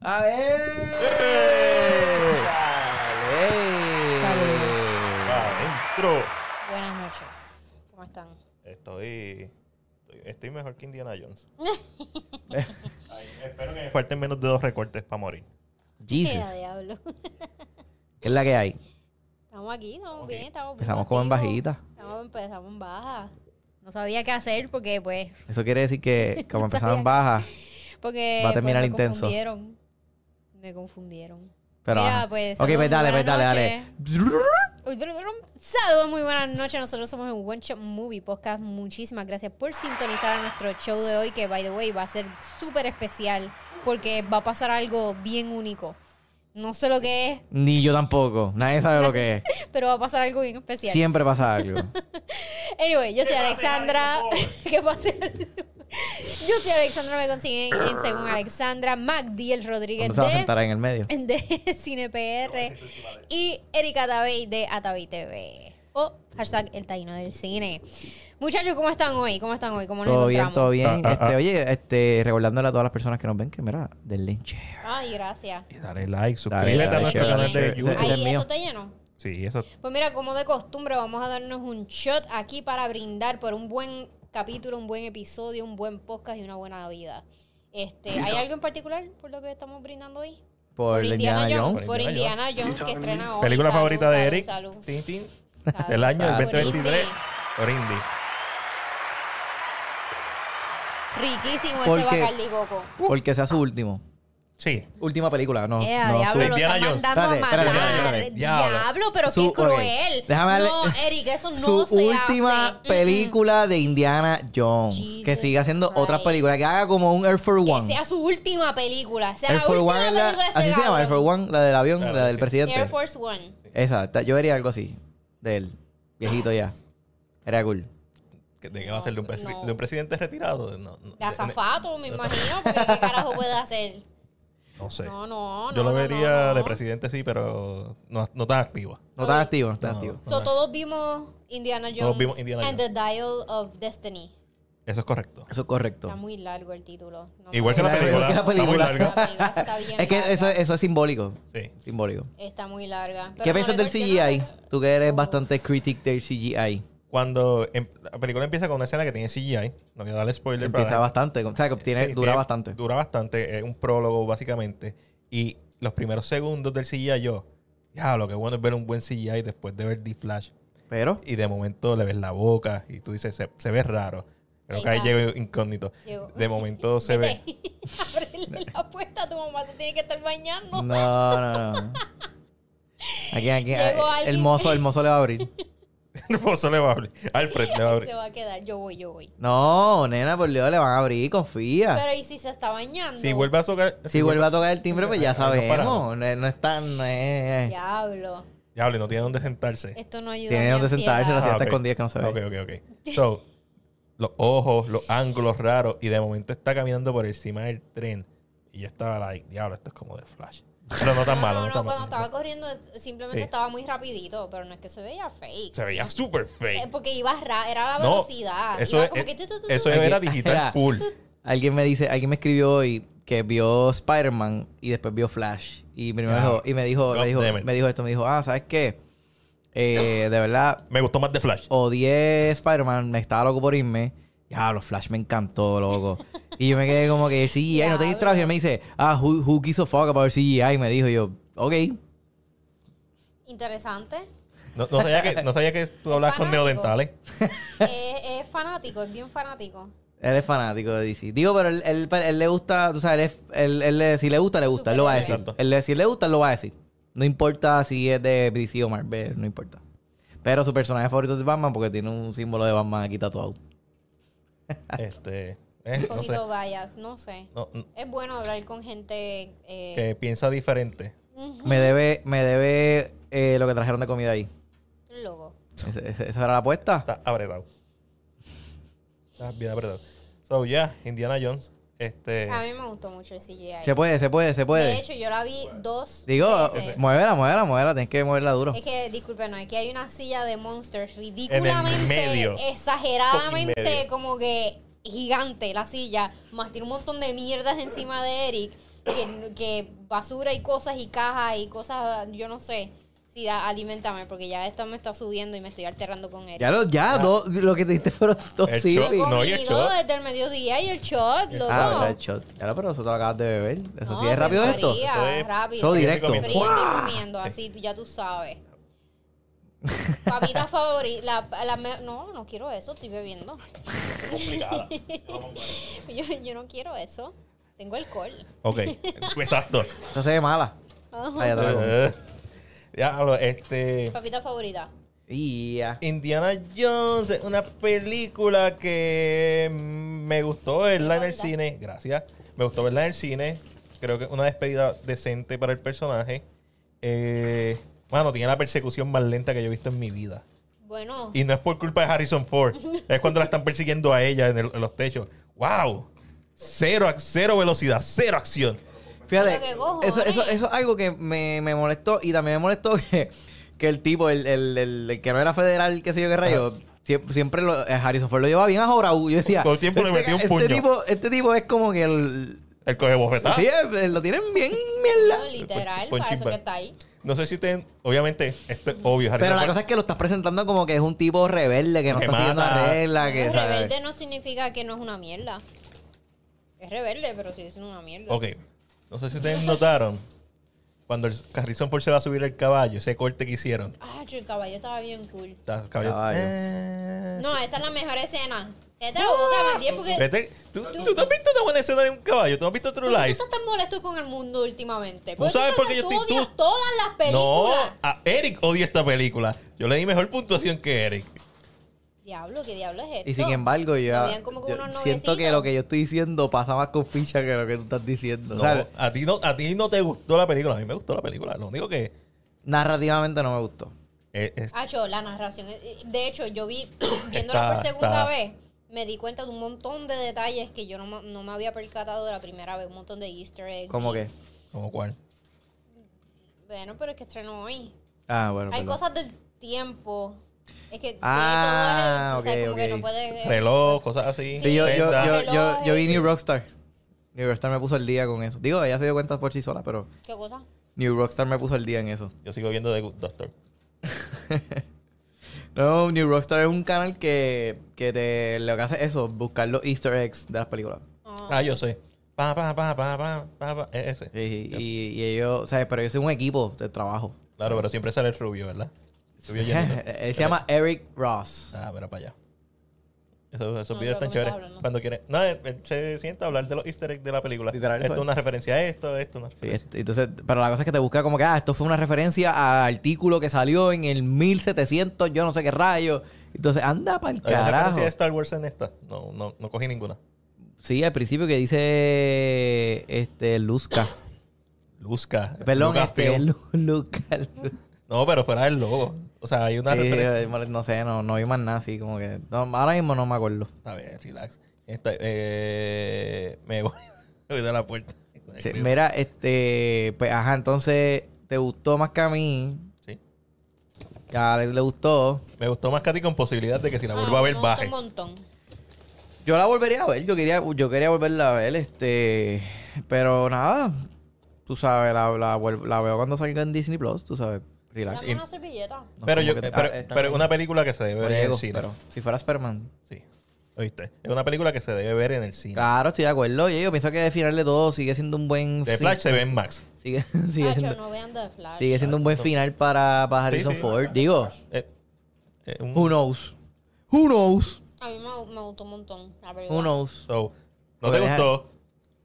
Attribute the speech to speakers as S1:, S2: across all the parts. S1: ¡A ver!
S2: ¡Eh!
S1: Dale.
S3: Saludos.
S2: Va adentro.
S3: Buenas noches. ¿Cómo están?
S2: Estoy, estoy, estoy mejor que Indiana Jones. Ay, espero que me falten menos de dos recortes para morir.
S3: ¿Qué
S1: Jesus.
S3: a diablo?
S1: ¿Qué es la que hay?
S3: Estamos aquí, estamos
S2: Ok.
S3: bien, estamos bien.
S1: Empezamos como en
S3: activos.
S1: bajita.
S3: Estamos, empezamos en baja. No sabía qué hacer porque, pues,
S1: Eso quiere decir que como
S3: No
S1: empezamos en
S3: sabía.
S1: baja,
S3: porque
S1: Va a
S3: pues,
S1: terminar
S3: me
S1: intenso.
S3: confundieron. Me confundieron.
S1: pero...
S3: Mira,
S1: ajá.
S3: pues,
S1: ok, pues
S3: saludos,
S1: dale, pues
S3: buenas
S1: dale, dale.
S3: Uy, drum, drum. Saludos, muy buenas noches. Nosotros somos en One Shot Movie Podcast. Muchísimas gracias por sintonizar a nuestro show de hoy, que, by the way, va a ser súper especial porque va a pasar algo bien único. No sé lo que es,
S1: Ni yo tampoco. Nadie sabe lo que es.
S3: pero va a pasar algo bien especial.
S1: Siempre pasa algo.
S3: Anyway, yo soy
S2: ¿Qué pasa,
S3: Alexandra.
S2: Alex, por
S3: ¿Qué pasa? Yo soy Alexandra, me consiguen en Según Alexandra, MacDiel Rodríguez
S1: ¿Dónde se va a
S3: de,
S1: sentar en el medio?
S3: de CinePR y Erika Tabey de Atabey TV. O hashtag el taíno del cine. Muchachos, ¿cómo están hoy? ¿Cómo están hoy? ¿Cómo nos
S1: Todo bien,
S3: encontramos?
S1: todo bien.
S2: Ah, ah,
S1: este,
S2: ah.
S1: Oye, este, recordándole a todas las personas que nos ven que, mira, denle share.
S3: Ay, gracias.
S2: Y dale like,
S1: Dale,
S2: suscríbete
S1: dale,
S2: a nuestro
S1: share,
S2: canal
S1: share.
S2: de YouTube.
S1: Ese es
S3: Ay,
S1: mío.
S3: eso te lleno.
S2: Sí, eso.
S3: Pues mira, como de costumbre, vamos a darnos un shot aquí para brindar por un buen capítulo, un buen episodio, un buen podcast y una buena vida. Este, ¿Hay algo en particular por lo que estamos brindando hoy?
S1: Por Indiana Jones.
S3: Por Indiana Jones, que estrena hoy.
S2: Película
S3: Salud,
S2: favorita de
S3: salud,
S2: Eric.
S3: salud.
S2: Tin, tin.
S3: Salud.
S2: Del año, el
S3: Por
S2: 2023.
S3: Indy.
S2: Por Indy.
S3: Riquísimo
S1: ¿Por
S3: ese
S1: qué?
S3: Bacardi Coco.
S1: Porque sea su último.
S2: Sí.
S1: Última película, no.
S3: Eh,
S1: no
S3: diablo,
S1: su-
S3: lo
S2: Indiana
S3: están
S2: Jones.
S3: mandando a
S1: Espérate,
S3: matar.
S1: espérate, espérate,
S2: diablo.
S3: diablo. pero
S1: Su-
S3: qué
S1: ok,
S3: cruel.
S1: déjame darle-
S3: No, Eric, eso no
S1: su
S3: se
S1: última
S3: hace. Mm, mm.
S1: película de Indiana Jones.
S3: Jesus
S1: que siga haciendo otras
S3: Christ.
S1: películas. Que haga como un Air Force
S3: Que
S1: One.
S3: sea su última película. Sea
S1: Air
S3: la
S1: Force
S3: última
S1: One es la.
S3: película de ese
S1: Así se llama, Air
S3: cabrón.
S1: Force One, la del avión,
S2: Claro,
S1: la del
S2: sí.
S1: presidente.
S3: Air Force One.
S1: Esa, está- yo vería algo así. De él. Viejito ya. Era cool.
S2: ¿De qué va a ser? ¿De un, presi-
S3: No.
S2: de un presidente retirado? No, no.
S3: De azafato, me imagino, porque qué carajo puede hacer.
S2: No sé.
S3: No, no, no.
S2: Yo lo
S3: no,
S2: vería
S3: no, no.
S2: de presidente, sí, pero no, no tan activa.
S1: No tan activo, no tan
S2: No.
S1: activo.
S3: So, todos vimos Indiana Jones
S2: Todos vimos Indiana
S3: and the Dial of Destiny.
S2: Eso es correcto.
S1: Eso es correcto.
S3: Está muy largo el título. No me
S2: Igual que la
S1: Claro,
S2: película.
S1: igual que la
S2: Está muy
S1: película.
S2: larga.
S3: La película está bien
S1: Es que
S3: larga.
S1: eso, eso es simbólico.
S2: Sí.
S1: Simbólico.
S3: Está muy larga. Pero
S1: ¿Qué
S3: no
S1: piensas
S3: le Oh.
S1: del
S3: cuestiono.
S1: CGI? Tú que eres
S3: Uf.
S1: bastante critic del CGI.
S2: Cuando em- la película empieza con una escena que tiene CGI, no voy a darle spoiler.
S1: Empieza
S2: pero-
S1: bastante. O sea, que tiene,
S2: Sí,
S1: dura
S2: tiene-
S1: bastante.
S2: Dura bastante, es un prólogo básicamente. Y los primeros segundos del CGI yo, ya, lo que bueno es ver un buen CGI después de ver D-Flash.
S1: Pero.
S2: Y de momento le ves la boca y tú dices, se, se ve raro. Creo
S3: Ahí
S2: que ahí
S3: está.
S2: llegó incógnito.
S3: Llegó.
S2: De momento se ve...
S3: Vete. Ábrele la puerta a tu mamá, se tiene que estar bañando.
S1: No, no, no. Aquí, aquí.
S3: Llegó
S1: El
S3: alguien.
S1: mozo, el mozo le va a abrir.
S2: Hermoso le va a abrir. Alfred le va a
S3: Se
S2: abrir.
S3: va a quedar. Yo voy, yo voy.
S1: No, nena, por Dios, le van a abrir, confía.
S3: Pero ¿y si se está bañando?
S2: Si vuelve a tocar...
S1: si vuelve a tocar el timbre, pues ya
S2: Ahí nos
S1: sabemos. No,
S2: paramos.
S1: no es tan. no
S2: Eh.
S1: es-
S3: Diablo.
S2: Ya, hable, no tiene dónde sentarse.
S3: Esto no ayuda. a
S1: Tiene
S3: mi
S1: donde sentarse, la
S3: ansiedad.
S1: siesta
S2: ok.
S1: escondida que no se ve.
S2: Ok, ok, ok. So, los ojos, los ángulos raros. Y de momento está caminando por encima del tren. Y yo estaba like, diablo, esto es como de Flash. Pero no tan malo, no,
S3: no, no,
S2: tan
S3: cuando
S2: malo.
S3: estaba corriendo es- simplemente
S2: Sí.
S3: estaba muy rapidito, pero no es que se veía fake.
S2: Se veía super
S3: Eh,
S2: fake.
S3: Porque iba ra era la
S2: No,
S3: velocidad.
S2: eso
S3: iba
S2: es-
S3: como que tu, tu, tu, tu.
S2: Eso
S1: Aquí-
S2: era digital
S1: era-
S2: full.
S1: Alguien me dice, alguien me escribió hoy que vio Spider-Man y después vio Flash. Y primero
S2: Ah.
S1: dijo- y me dijo, me
S2: God
S1: dijo,
S2: damn it.
S1: me dijo esto, me dijo, ah, ¿sabes qué? Eh, de verdad,
S2: Me gustó más de Flash.
S1: odié Spider-Man, me estaba loco por irme. Diablo, Flash me encantó, loco. Y yo me quedé como que CGI, no te
S3: Diablo.
S1: distrajo. Y él me dice, ah, who, who gives a fuck about CGI? Y me dijo yo, ok.
S3: Interesante.
S2: No, no sabía, que, no sabía que tú
S3: Es
S2: hablabas con ¿eh?
S3: fanático.
S2: neodentales.
S3: es, es fanático, es bien fanático.
S1: Él es fanático de DC. Digo, pero él, él- él le gusta, tú sabes, él, es- él- él le- si le gusta, le gusta, él lo va a decir.
S2: Exacto.
S1: Él le- si le gusta, él lo va a decir. No importa si es de DC o Marvel, no importa. Pero su personaje favorito es Batman porque tiene un símbolo de Batman aquí tatuado.
S2: Este, eh,
S3: Un
S2: no
S3: poquito
S2: sé.
S3: vayas, no sé.
S2: No, no,
S3: Es bueno hablar con gente. Eh,
S2: que piensa diferente.
S3: ujú,
S1: Me debe, me debe eh, lo que trajeron de comida ahí.
S3: loco.
S1: Ese- ese- esa era la apuesta.
S2: Está apretado. Está bien apretado. So, ya, Indiana Jones. Este,
S3: A mí me gustó mucho el CGI.
S1: Se puede, se puede, se
S3: De
S1: puede.
S3: hecho, yo la vi dos
S1: Digo,
S3: veces.
S1: muévela, muévela, muévela. Tienes que moverla duro.
S3: Es que, disculpen, aquí hay una silla de monsters ridículamente,
S2: medio.
S3: exageradamente,
S2: Un poco y medio.
S3: como que gigante la silla, más tiene un montón de mierdas encima de Eric. que, que basura y cosas y cajas y cosas, yo no sé. Sí, da- alimentame, porque ya esto me está subiendo y me estoy alterando con él.
S1: Ya lo, ya, dos- lo que te diste fueron dos
S2: Ah. El
S1: sí.
S2: shot.
S3: Yo he
S2: No, y el
S3: comido
S2: shot.
S3: desde el mediodía y el shot, loco.
S1: Ah, verdad, el shot. Ya lo, pero eso te lo acabas de beber. Eso
S3: No,
S1: sí es rápido
S3: me
S1: esto.
S3: moría,
S2: Eso es-
S3: rápido.
S1: Eso
S2: Yo
S1: directo.
S2: estoy
S3: Pero yo
S2: comiendo.
S3: estoy comiendo, así, tú- ya tú sabes. Papita favorita. La, la me- no, no quiero eso, estoy bebiendo.
S2: Complicada.
S3: Yo, yo no quiero eso. Tengo alcohol.
S2: ok, exacto.
S1: Esta se ve mala. Ah, ya te la
S2: Eh.
S1: comí.
S2: Ya, lo- este.
S3: Papita favorita.
S1: Ya.
S2: Indiana Jones es una película que me gustó verla en el cine. Gracias. Me gustó verla en el cine. Creo que es una despedida decente para el personaje. Eh, mano, tiene la persecución más lenta que yo he visto en mi vida.
S3: Bueno,
S2: Y no es por culpa de Harrison Ford. Es cuando la están persiguiendo a ella en, el- en los techos. ¡Wow! Cero, ac- cero velocidad, cero acción.
S1: Fíjate,
S3: Pero qué cojones.
S1: eso, eso, eso es algo que me, me molestó y también me molestó que, que el tipo, el, el, el- el que no era federal, qué sé yo qué rayo, siempre, siempre lo, eh, Harrison Ford lo llevaba bien a Jorau. Yo decía,
S2: Todo el tiempo le metía un
S1: este
S2: puño. Ah.
S1: Tipo, este tipo es como que el...
S2: El coge bofetada.
S1: Sí, eh, lo tienen bien mierda.
S3: no, literal,
S2: Pon
S3: para eso
S2: chimpa.
S3: que está ahí.
S2: No sé si ustedes. Obviamente, esto es obvio. Harrison
S1: Pero la
S2: Ford-
S1: cosa es que lo estás presentando como que es un tipo rebelde, que no
S2: Que
S1: está siguiendo
S2: mata.
S1: la regla, Ah, que
S3: Bueno,
S1: ¿sabes?
S3: rebelde no significa que no es una mierda. Es rebelde, pero sigue siendo una mierda.
S2: Ok. No sé si ustedes notaron. Cuando el Harrison Ford se va a subir el caballo, ese corte que hicieron.
S3: Ah, chico, el caballo estaba bien cool.
S2: Está- el caballo-
S1: Caballo.
S2: Eh,
S3: No, esa es la mejor escena. Te la boca, Matías, porque
S1: eh,
S2: vete- ¿Tú, tú no has visto una buena escena de un caballo. Tú no has visto True
S3: ¿Por qué
S2: Lies.
S3: tú estás tan molesto con el mundo últimamente?
S2: ¿Tú sabes
S3: tú
S2: por qué yo estoy-
S3: odias
S2: tú-
S3: todas las
S2: No,
S3: películas?
S2: a Eric odia esta película. Yo le di mejor puntuación que Eric.
S3: Diablo, ¿qué diablo es esto?
S1: Y sin embargo, yo,
S3: Habían como que
S1: yo
S3: unos
S1: siento que
S3: noviecitos.
S1: lo que yo estoy diciendo pasa más con ficha que lo que tú estás diciendo.
S2: No,
S1: ¿sabes?
S2: a ti no, a ti no te gustó la película. A mí me gustó la película. Lo único que
S1: Narrativamente no me gustó.
S2: es- es-
S1: Ah.
S3: Hacho, la narración. eh, De hecho, yo vi, viéndola
S2: Está-
S3: por segunda
S2: está-
S3: vez, me di cuenta de un montón de detalles que yo no, me- no me había percatado de la primera vez. Un montón de easter eggs.
S1: Como
S3: y-
S1: que.
S2: como cuál.
S3: Bueno, pero es que estrenó hoy.
S1: Ah, bueno.
S3: Hay
S1: perdón.
S3: cosas del tiempo. Es que sí,
S1: Ah,
S3: todo es, tú
S1: ok,
S3: sabes, como que
S1: ok.
S3: no puedes... eh,
S2: Reloj, cosas así.
S1: Sí, yo, yo,
S2: venda.
S1: yo, yo, yo vi
S3: Relojes.
S1: New Rockstar. New Rockstar me puso el día con eso. Digo, ella se dio cuenta por sí sola, pero
S3: ¿Qué cosa?
S1: New Rockstar me puso el día en eso.
S2: Yo sigo viendo The Good Doctor.
S1: No, New Rockstar es un canal que, que te lo que hace es eso, buscar los easter eggs de las películas.
S3: Ah,
S2: Ah, yo sé. Pa, pa, pa, pa, pa, pa, pa. E- Ese.
S1: Y, y- y ellos, ¿sabes? Pero yo soy un equipo de trabajo.
S2: Claro, pero siempre sale el rubio, ¿verdad? Rubio llenito.
S1: Él se llama Eric Ross.
S2: Ah, mira para allá. Eso- esos
S3: No,
S2: videos
S3: pero
S2: están
S3: ¿cómo estás
S2: chéveres.
S3: hablando?
S2: Cuando quieren. No, él, él se sienta a hablar de los easter eggs de la película.
S1: Literal,
S2: esto es
S1: fue.
S2: una referencia a esto, esto es una
S1: Sí,
S2: referencia.
S1: este, entonces, pero la cosa es que te busca como que, ah, esto fue una referencia al artículo que salió en el 1700, yo no sé qué rayo. Entonces, anda para el
S2: ¿Hay una
S1: carajo.
S2: referencia de Star Wars en esta? No, no, no cogí ninguna.
S1: Sí, al principio que dice este Luzca.
S2: Luzca.
S1: Perdón,
S2: Lucasfilm.
S1: este Lu- Luzca.
S2: No, pero fuera del logo. O sea, hay una
S1: Sí,
S2: referencia.
S1: eh, no sé, no, no vi más nada así, como que. no, ahora mismo no me acuerdo.
S2: A ver, relax. Esta- eh, me voy, me voy de la puerta.
S1: Sí, mira, este, pues ajá, entonces te gustó más que a mí.
S2: Sí.
S1: A Alex le gustó.
S2: Me gustó más que a ti con posibilidad de que si la
S3: ah,
S2: vuelvo a ver,
S3: un
S2: baje.
S3: montón, montón.
S1: Yo la volvería a ver, yo quería, yo quería volverla a ver, este, pero nada, tú sabes, la, la, vuel- la veo cuando salga en Disney Plus, tú sabes, relax.
S3: Dame una servilleta.
S1: No,
S2: pero
S1: como
S2: yo,
S1: que-
S2: eh, pero,
S1: ah, está
S2: pero
S1: bien.
S2: una película que se debe ver en
S1: Borrego,
S2: el cine.
S1: pero si fuera Superman.
S2: Sí. ¿Oíste? Es una película que se debe ver en el cine.
S1: Claro, estoy de acuerdo. Y yo pienso que al final de todo sigue siendo un buen sí,
S2: de Flash se ve en Max.
S1: Sigue, sigue
S3: Hacho,
S1: siendo,
S3: no vean The Flash.
S1: sigue siendo un buen final para, para Harrison
S2: sí.
S1: Ford. Digo,
S2: Eh, eh, un-
S1: who knows? Who knows?
S3: A mí me, me gustó un montón. La verdad.
S1: Who knows?
S2: so, no
S1: Ok,
S2: te
S1: deja-
S2: gustó.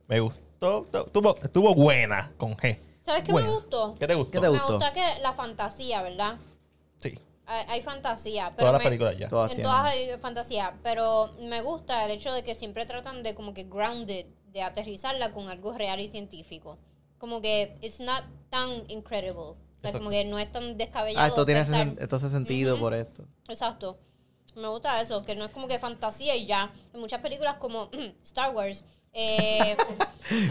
S2: Me gustó. to- Estuvo, estuvo buena con G.
S3: ¿Sabes qué
S2: Buena.
S3: me gustó?
S2: ¿Qué te gustó?
S1: ¿Qué te
S3: Me
S1: gustó?
S3: gusta que la fantasía, ¿verdad?
S2: Sí.
S3: Hay, hay fantasía. Pero
S2: Todas las
S3: me-
S2: películas ya.
S1: Todas
S3: En
S1: tienen.
S3: todas hay fantasía. Pero me gusta el hecho de que siempre tratan de como que grounded, de aterrizarla con algo real y científico. Como que it's not tan incredible. O sea,
S2: Exacto.
S3: como que no es tan descabellado.
S1: Ah, esto tiene,
S3: pensar-
S1: sen- esto hace sentido por esto.
S3: Exacto. Me gusta eso, que no es como que fantasía y ya. En muchas películas como Star Wars, eh,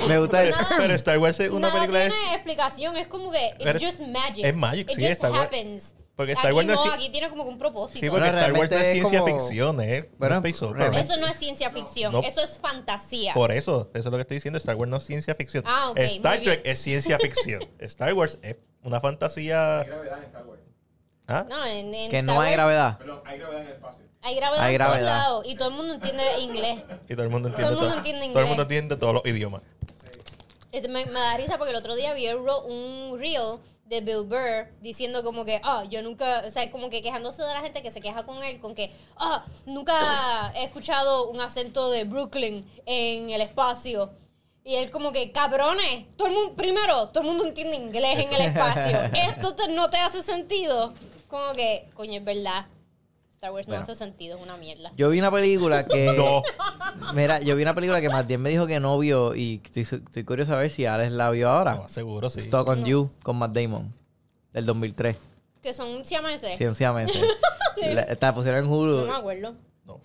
S1: Me gusta el...
S3: Nada-
S2: Eh, Pero Star Wars es una
S3: nada
S2: película.
S3: tiene explicación, es como que it's
S2: Pero-
S3: just magic.
S2: es magic,
S3: It
S2: sí,
S3: just
S2: Star Wars.
S3: happens.
S2: Porque Star
S3: Aquí
S2: Wars no es.
S3: no,
S2: ci-
S3: aquí tiene como que un propósito.
S2: Sí, porque
S1: Bueno,
S2: Star Wars no es
S1: realmente es
S2: ciencia
S1: como-
S2: ficción, ¿eh? No
S1: Bueno,
S2: es space opera.
S1: realmente-
S3: Eso no es ciencia ficción,
S2: No.
S3: eso es fantasía.
S2: Por eso, eso es lo que estoy diciendo. Star Wars no es ciencia ficción.
S3: Ah, ok,
S2: Star
S3: muy
S2: Trek
S3: bien.
S2: es ciencia ficción. Star Wars es una fantasía.
S4: Hay gravedad en Star Wars.
S2: ¿Ah,
S3: No, en, en
S1: Que
S3: Star
S1: no hay
S3: Wars
S1: gravedad.
S4: Perdón, hay gravedad en el espacio.
S3: Hay gravedad.
S1: Hay
S3: en todos
S1: gravedad.
S3: lados, y todo el mundo entiende inglés.
S2: Y todo el mundo entiende
S3: el mundo entiende
S2: Todo el
S3: inglés.
S2: mundo entiende todos los idiomas.
S3: Este, me, me da risa porque el otro día vi el ro- un reel de Bill Burr diciendo como que, ah, yo nunca, o sea, como que quejándose de la gente que se queja con él, con que, ah, nunca he escuchado un acento de Brooklyn en el espacio. Y él como que, cabrones, todo el mundo, primero, todo el mundo entiende inglés en el espacio. Esto te- no te hace sentido. Como que, coño, es verdad. Star Wars
S1: Bueno.
S3: no hace sentido, es una mierda.
S1: Yo vi una película que.
S2: No.
S1: Mira, yo vi una película que más bien me dijo que no vio y estoy, su- estoy curioso a ver si Alex la vio ahora.
S2: No, Ah, seguro sí.
S1: Stock on You con Matt Damon del 2003,
S3: Que son siameses.
S1: cienciamente. La, la pusieron en
S3: No
S1: Hulu,
S3: me acuerdo.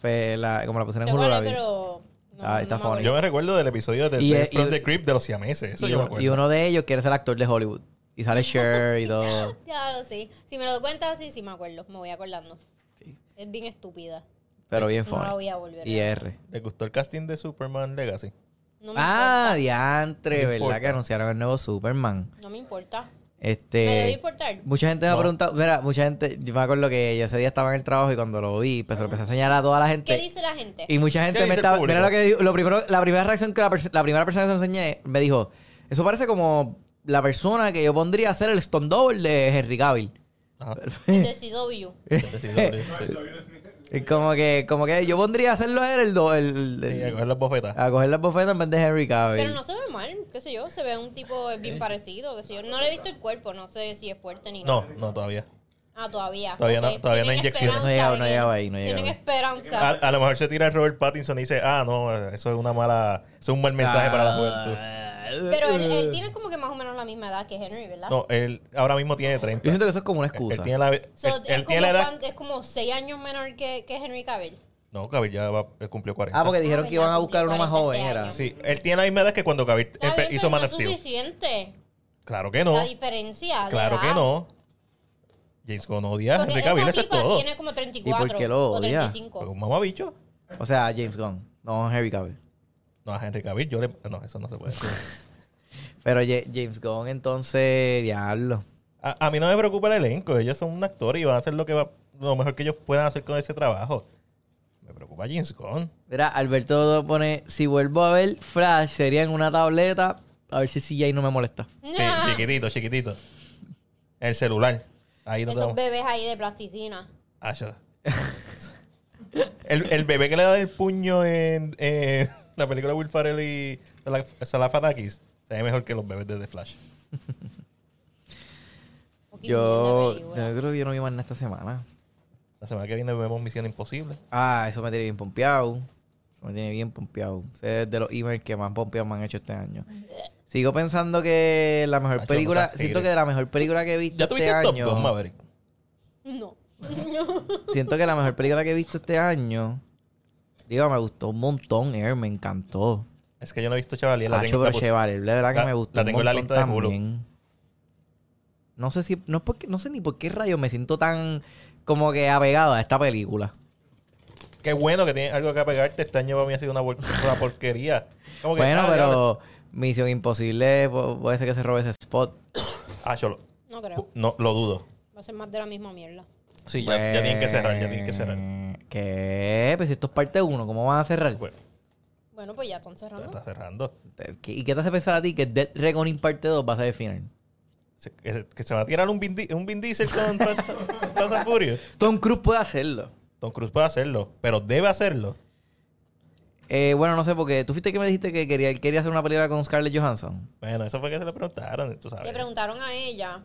S1: fue la- como la pusieron
S3: Sé
S1: en Hulu
S3: cuál
S1: la
S3: es,
S1: vi.
S3: pero... no,
S1: Ah, está
S3: no me acuerdo.
S1: funny.
S2: Yo me recuerdo del episodio de
S1: Y,
S2: Death
S1: eh,
S2: from
S1: y-
S2: the Crypt de los siameses. Eso
S1: Y,
S2: yo me
S1: uno-
S2: acuerdo.
S1: y uno de ellos quiere ser actor de Hollywood y sale Cher y todo.
S3: Ya lo sé. Si me lo cuentas así, sí me acuerdo. Me voy acordando.
S1: Sí.
S3: Es bien estúpida.
S1: Pero bien
S3: No la
S1: funny.
S3: voy a volver. a
S1: Y
S3: ver.
S1: R.
S2: ¿Te gustó el casting de Superman Legacy?
S3: No me
S1: Ah,
S2: No
S1: diantre,
S2: importa.
S1: ¿verdad? Que anunciaron el nuevo Superman.
S3: importa. No me importa.
S1: Este.
S3: ¿Me debe importar?
S1: Mucha gente me
S2: No.
S1: ha preguntado, mira, mucha gente, yo me acuerdo que yo ese día estaba en el trabajo y cuando lo vi, pues se lo empecé a enseñar a toda la gente.
S3: ¿Qué dice la gente?
S1: Y mucha
S2: ¿Qué
S1: gente me
S2: dice el
S1: estaba,
S2: público?
S1: mira lo que dijo, lo primero, la primera reacción que la, pers- la primera persona que se lo enseñé me dijo, eso parece como la persona que yo pondría a ser el stone double de Henry Cavill.
S2: Ajá.
S3: De CW.
S2: Sí, sí.
S1: Y como que, como que yo pondría a hacerlo a él el, do- el- el-
S2: Sí, a coger las bofetas.
S1: a coger las bofetas en vez de Henry Cavill.
S3: Pero no se ve mal, qué sé yo. Se ve un tipo bien parecido, qué sé yo. No le he visto el cuerpo, no sé si es fuerte ni
S2: No,
S3: nada.
S2: no, todavía.
S3: Ah, todavía.
S2: Todavía
S3: Ok.
S2: no- todavía no hay
S3: Tienen
S2: inyecciones.
S3: esperanza
S1: No he llegado,
S3: de
S1: no he
S3: que-
S1: llegado ahí, no he
S3: Tienen
S1: llegado.
S2: A,
S3: esperanza.
S2: a lo mejor se tira Robert Pattinson y dice, ah, no, eso es una mala, eso es un mal mensaje para la juventud.
S1: juventud.
S3: Pero él, él tiene como que más o menos la misma edad que Henry, ¿verdad?
S2: No, él ahora mismo tiene 30.
S1: Yo siento que eso es como una
S2: Él- Él
S1: excusa.
S2: tiene la, él-
S3: So,
S2: él
S3: es, como
S2: tiene la edad.
S3: cuan- es como seis años menor que, que Henry Cavill.
S2: No, Cavill ya va- él cumplió 40.
S1: Ah, porque dijeron que iban a buscar uno más joven,
S3: Cuarenta
S1: era.
S3: años.
S2: Sí, él tiene la misma edad que cuando Cavill
S3: Está
S2: empe-
S3: bien,
S2: hizo
S3: pero
S2: Man
S3: no
S2: of
S3: es
S2: Steel.
S3: suficiente.
S2: Claro que no.
S3: La diferencia. de
S2: Claro que
S3: edad.
S2: no. James Gunn odia a
S3: Porque
S2: Henry
S3: esa
S2: Cavill, eso es
S3: tipa
S2: todo.
S3: tiene como 34
S1: ¿Y por qué lo
S3: o
S1: odia?
S3: 35.
S2: Porque un mamabicho.
S1: O sea, James Gunn, no Henry Cavill.
S2: No, a Henry Cavill yo le... No, eso no se puede decir.
S1: Pero Ye- James Gunn, entonces, diablo.
S2: A, a mí no me preocupa el elenco. Ellos son un actor y van a hacer lo que va, lo mejor que ellos puedan hacer con ese trabajo. Me preocupa James Gunn.
S1: Mira, Alberto pone, si vuelvo a ver Flash, sería en una tableta, a ver si CJ no me molesta.
S2: Sí,
S3: Ah,
S2: chiquitito, chiquitito. El celular. Ahí no
S3: Esos
S2: tenemos.
S3: bebés ahí de plasticina.
S2: Ah, yo- el, el bebé que le da el puño en, en la película Will Ferrell y Salaf- Salafanakis se ve mejor que los bebés de The Flash.
S3: Fucking
S1: Yo,
S3: linda
S1: yo
S3: película.
S1: creo que yo no vi más en esta semana.
S2: La semana que viene vemos Misión Imposible.
S1: Ah, eso me tiene bien pompeado. Eso me tiene bien pompeado. Ese es de los emails que más pompeado me han hecho este año. Sigo pensando que la mejor
S2: Macho, no
S1: película,
S2: seas
S1: siento
S2: hater.
S1: que la mejor película que he visto
S2: ¿Ya tuviste
S1: este
S2: Top
S1: año.
S2: Gun Maverick?
S1: eh,
S3: No.
S1: Siento que la mejor película que he visto este año. Digo, me gustó un montón, Air, me encantó.
S2: Es que yo no he visto Chevalier. La
S1: Ah,
S2: tengo
S1: pero
S2: la puse-
S1: Chevalier, la verdad que
S2: La-
S1: me gustó.
S2: la
S1: un
S2: tengo en la
S1: montón
S2: lista de Hulu.
S1: también. No sé si. No, es porque, no sé ni por qué rayo me siento tan como que apegado a esta película.
S2: Qué bueno que tienes algo que apegarte. Este año para mí ha sido una, por- una porquería. Como que,
S1: bueno,
S2: ah, diablo.
S1: pero Misión Imposible pu- puede ser que se robe ese spot.
S2: Ah, yo lo-
S3: No creo.
S2: no, lo dudo.
S3: Va a ser más de la misma mierda.
S2: Sí, ya, ya tienen que cerrar, ya tienen que cerrar.
S1: Pues, ¿Qué? Pues si esto es parte 1, ¿cómo van a cerrar?
S2: Bueno,
S3: Bueno, pues ya están
S2: ya
S3: cerrando.
S2: está cerrando.
S1: ¿Qué- ¿Y qué te hace pensar a ti que Dead Reckoning parte 2 va a ser el final?
S2: Se- que, se, que se va a tirar un Vin, Di- un Vin Diesel con Fast Fast and Furious.
S1: Tom Cruise puede hacerlo.
S2: Tom Cruise puede hacerlo, pero debe hacerlo.
S1: Eh, bueno, no sé, porque tú fuiste que me dijiste que quería, él quería hacer una película con Scarlett Johansson.
S2: Bueno, eso fue que se le preguntaron, tú sabes.
S3: Le preguntaron a ella.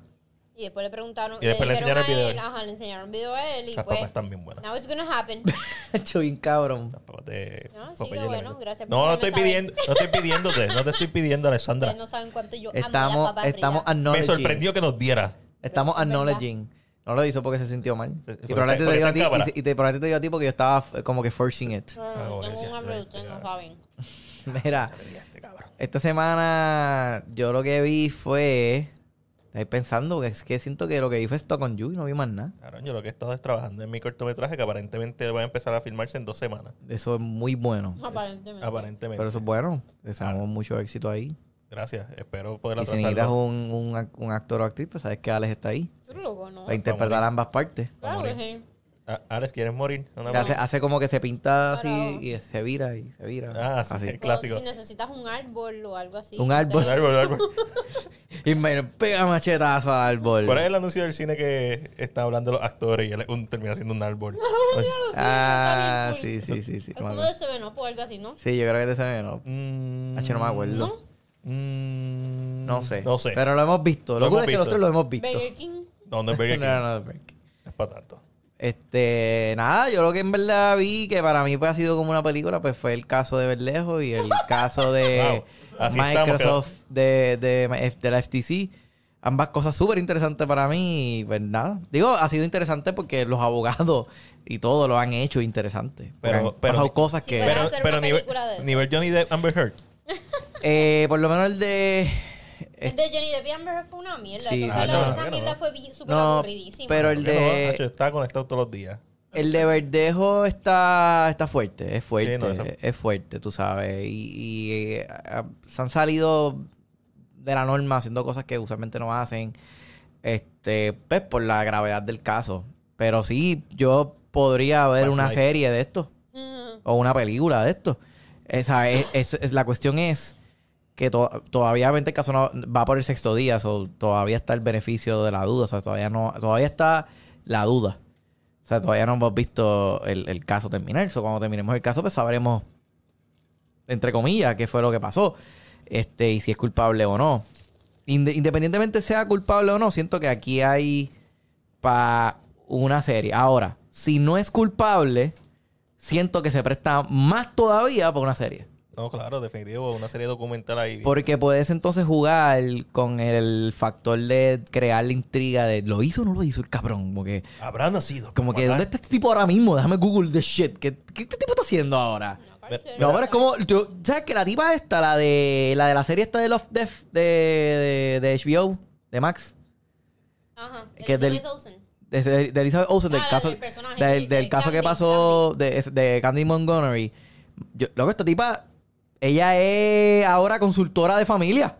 S3: Y después le preguntaron.
S2: Y después le
S3: dijeron
S2: enseñaron el video a
S3: a él.
S2: él.
S3: Ajá, le enseñaron el video a él. Y
S2: Las
S3: pues.
S2: papas están bien buenas.
S3: Now it's gonna happen.
S1: Hecho bien cabrón.
S2: Las papas de
S3: No, sí,
S2: Popeye
S3: qué
S2: le
S3: bueno,
S2: meten.
S3: gracias por
S2: No, no
S3: dejarme
S2: estoy
S3: saber.
S2: pidiendo, no estoy pidiéndote, no te estoy pidiendo, Alexandra.
S3: Ustedes no saben cuánto yo amo las
S1: Estamos,
S3: papas
S1: estamos
S3: fritas.
S1: acknowledging.
S2: Me sorprendió que nos dieras.
S1: Estamos
S3: Es verdad.
S1: acknowledging. No lo hizo porque se sintió mal.
S2: Se-
S1: Y probablemente
S2: porque
S1: te digo
S2: está
S1: a ti,
S2: en cámara.
S1: y te- y te- probablemente te digo a ti porque yo estaba f- como que forcing it.
S3: Ah,
S2: Ah,
S3: tengo
S2: gracias,
S3: un hambre,
S2: gracias,
S3: ustedes no
S2: claro.
S3: saben.
S1: Mira,
S2: Este cabrón.
S1: esta semana yo lo que vi fue Estoy pensando, porque es que siento que lo que vi fue esto con Yu y no vi más nada.
S2: Cabrón, yo lo que he estado es trabajando en mi cortometraje que aparentemente va a empezar a filmarse en dos semanas.
S1: Eso es muy bueno.
S3: Aparentemente.
S2: Aparentemente.
S1: Pero eso es bueno. Deseamos mucho éxito ahí.
S2: Gracias. Espero poder
S1: Y si necesitas
S2: atrasarlo.
S1: un, un ac- un actor o actriz, pues sabes que Alex está ahí.
S3: Tú eres loco, ¿no?
S1: Para interpretar ambas partes.
S3: Claro que sí.
S2: Ah, Alex, ¿quieres morir? No, no,
S1: Que Hace, hace como que se pinta así
S3: Claro.
S1: y se vira y se vira.
S2: Ah, sí.
S1: Así.
S2: Clásico.
S3: O si necesitas un árbol o algo así.
S1: Un
S3: no
S1: árbol.
S2: Un árbol, un árbol.
S1: Y me pega machetazo al árbol.
S2: ¿Cuál es el anuncio del cine que está hablando los actores y él es un- termina siendo un árbol? Pues,
S1: Ah,
S3: está
S1: sí, sí, sí, sí.
S3: Es como de Sevenopo o algo así, ¿no?
S1: Sí, yo creo que de ese no.
S2: Mm,
S1: H, no me acuerdo.
S2: mm,
S1: No sé.
S2: No sé.
S1: Pero lo hemos visto. Lo
S2: Lo
S1: cool
S2: hemos
S1: es que
S2: visto.
S1: nosotros lo hemos visto.
S3: Burger King.
S2: No, no es Burger King.
S1: No, no, no, Burger King.
S2: Es para tanto.
S1: Este, nada, yo lo que en verdad vi que para mí pues, ha sido como una película, pues fue el caso de Berlejo y el caso de
S2: Wow, así estamos,
S1: Microsoft de, de, de la FTC. Ambas cosas súper interesantes para mí, y, pues nada. Digo, ha sido interesante porque los abogados y todo lo han hecho interesante. Porque
S2: Pero-
S1: han
S2: pero-
S1: pasado cosas
S3: Sí,
S1: que.
S3: Van a
S2: Pero,
S3: hacer
S2: pero
S3: una
S2: nivel,
S3: película de eso.
S2: nivel Johnny Depp, Amber Heard.
S1: Eh, por lo menos el de.
S3: El de Johnny Depp y Amber Heard fue una mierda.
S1: Eh. Sí.
S3: Eso
S1: Ah,
S3: fue la-
S2: no,
S3: esa
S2: no,
S3: mierda
S2: no.
S3: fue bi- súper
S1: No,
S3: aburridísima.
S1: pero el
S2: ¿Por qué no?
S1: de.
S2: Nacho, yo estaba conectado todos los días.
S1: El de verdejo está, está fuerte, es fuerte,
S2: Sí, no, eso-
S1: es- es fuerte, tú sabes. Y, y, eh, ah, se han salido de la norma haciendo cosas que usualmente no hacen, este, pues por la gravedad del caso. Pero sí, yo podría ver
S2: Past
S1: una
S2: life.
S1: serie de esto
S3: Ujú.
S1: o una película de esto. Esa es, es- es- la cuestión es que to- todavía obviamente, el caso no, va por el sexto día, so, todavía está el beneficio de la duda, o sea, todavía no, todavía está la duda. O sea, todavía no hemos visto el, el caso terminar. So, cuando terminemos el caso, pues sabremos, entre comillas, qué fue lo que pasó. Este, y si es culpable o no. Inde- independientemente sea culpable o no, siento que aquí hay para una serie. Ahora, si no es culpable, siento que se presta más todavía para una serie.
S2: No, claro, definitivo. Una serie documental ahí.
S1: Porque puedes entonces jugar con el factor de crear la intriga de lo hizo o no lo hizo el cabrón. Porque,
S2: Habrá nacido.
S1: como que,
S2: Matar.
S1: ¿dónde está este tipo ahora mismo? Déjame Google the shit. ¿Qué, qué este tipo está haciendo ahora?
S3: No, cualquier
S1: No, pero es
S3: cosa.
S1: como. Yo, ¿Sabes que la tipa esta, la de la de la serie esta de Love Death de, de, de HBO, de Max,
S3: Ajá.
S1: que es del-
S3: Elizabeth Olsen.
S1: de, de- de Elizabeth Olsen, del
S3: Ah, la
S1: caso.
S3: del personaje que
S1: del,
S3: dice
S1: del caso que
S3: Candy,
S1: pasó de, es- de Candy Montgomery. Yo, loco, esta tipa, ella es ahora consultora de familia.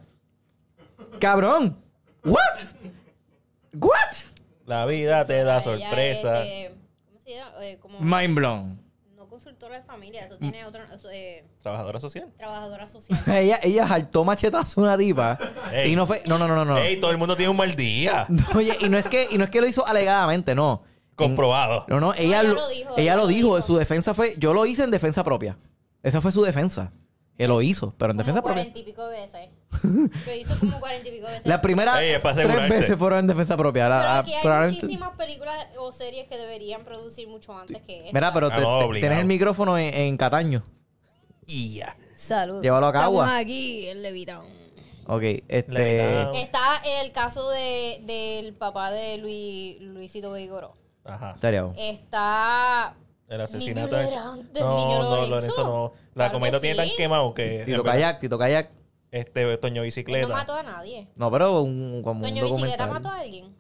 S1: Cabrón. What? What?
S2: La vida te da
S3: Ella
S2: sorpresa.
S3: es, eh, ¿Cómo se llama? Eh, como
S1: Mind blown.
S3: no consultora de familia, eso
S1: Mm.
S3: tiene otro, eso, eh,
S2: Trabajadora social.
S3: trabajadora social.
S1: Ella, ella saltó machetazo a una tipa.
S2: Ey.
S1: Y no fue. No, no, no, no. no.
S2: Ey, todo el mundo tiene un mal día.
S1: No, Oye, y no es que, y no es que lo hizo alegadamente, no.
S2: Comprobado.
S1: No, no, ella,
S3: ella
S1: lo,
S3: lo dijo,
S1: ella lo dijo. Su defensa fue, yo lo hice en defensa propia. Esa fue su defensa. Que lo hizo, pero en defensa
S3: como
S1: propia.
S3: cuarenta y pico veces. Lo hizo como cuarenta y pico veces.
S1: Las primeras
S2: Ey, es para
S1: tres
S2: asegurarse.
S1: veces fueron en defensa propia. La-
S3: pero
S1: la-
S3: aquí hay
S1: Ah, probablemente-
S3: muchísimas películas o series que deberían producir mucho antes que esta.
S1: Mira, pero te-
S2: Ah, no,
S1: te-
S2: obligado.
S1: tenés el micrófono en, en Cataño.
S2: Ya.
S3: Salud.
S1: Llévalo a cabo.
S3: Estamos aquí en Levitown.
S1: Ok, este.
S2: Levitado.
S3: Está el caso de, del papá de Luis, Luisito Vigoró.
S2: Ajá.
S1: Estaría bueno.
S3: Está
S2: El asesinato.
S3: Niño Lorenzo, del niño
S2: No, no, Lorenzo
S3: Lorenzo
S2: no. La
S3: Claro
S2: comedia
S3: que
S2: lo tiene
S3: sí.
S2: tan quemado
S3: Eh,
S2: que. en
S1: Tito
S2: verdad,
S1: Kayak, Tito Kayak.
S2: Este, Toño
S3: Él no mató
S2: Bicicleta.
S3: a nadie.
S1: No, pero un, como un
S3: Doña Bicicleta
S1: documental.
S3: mató a alguien.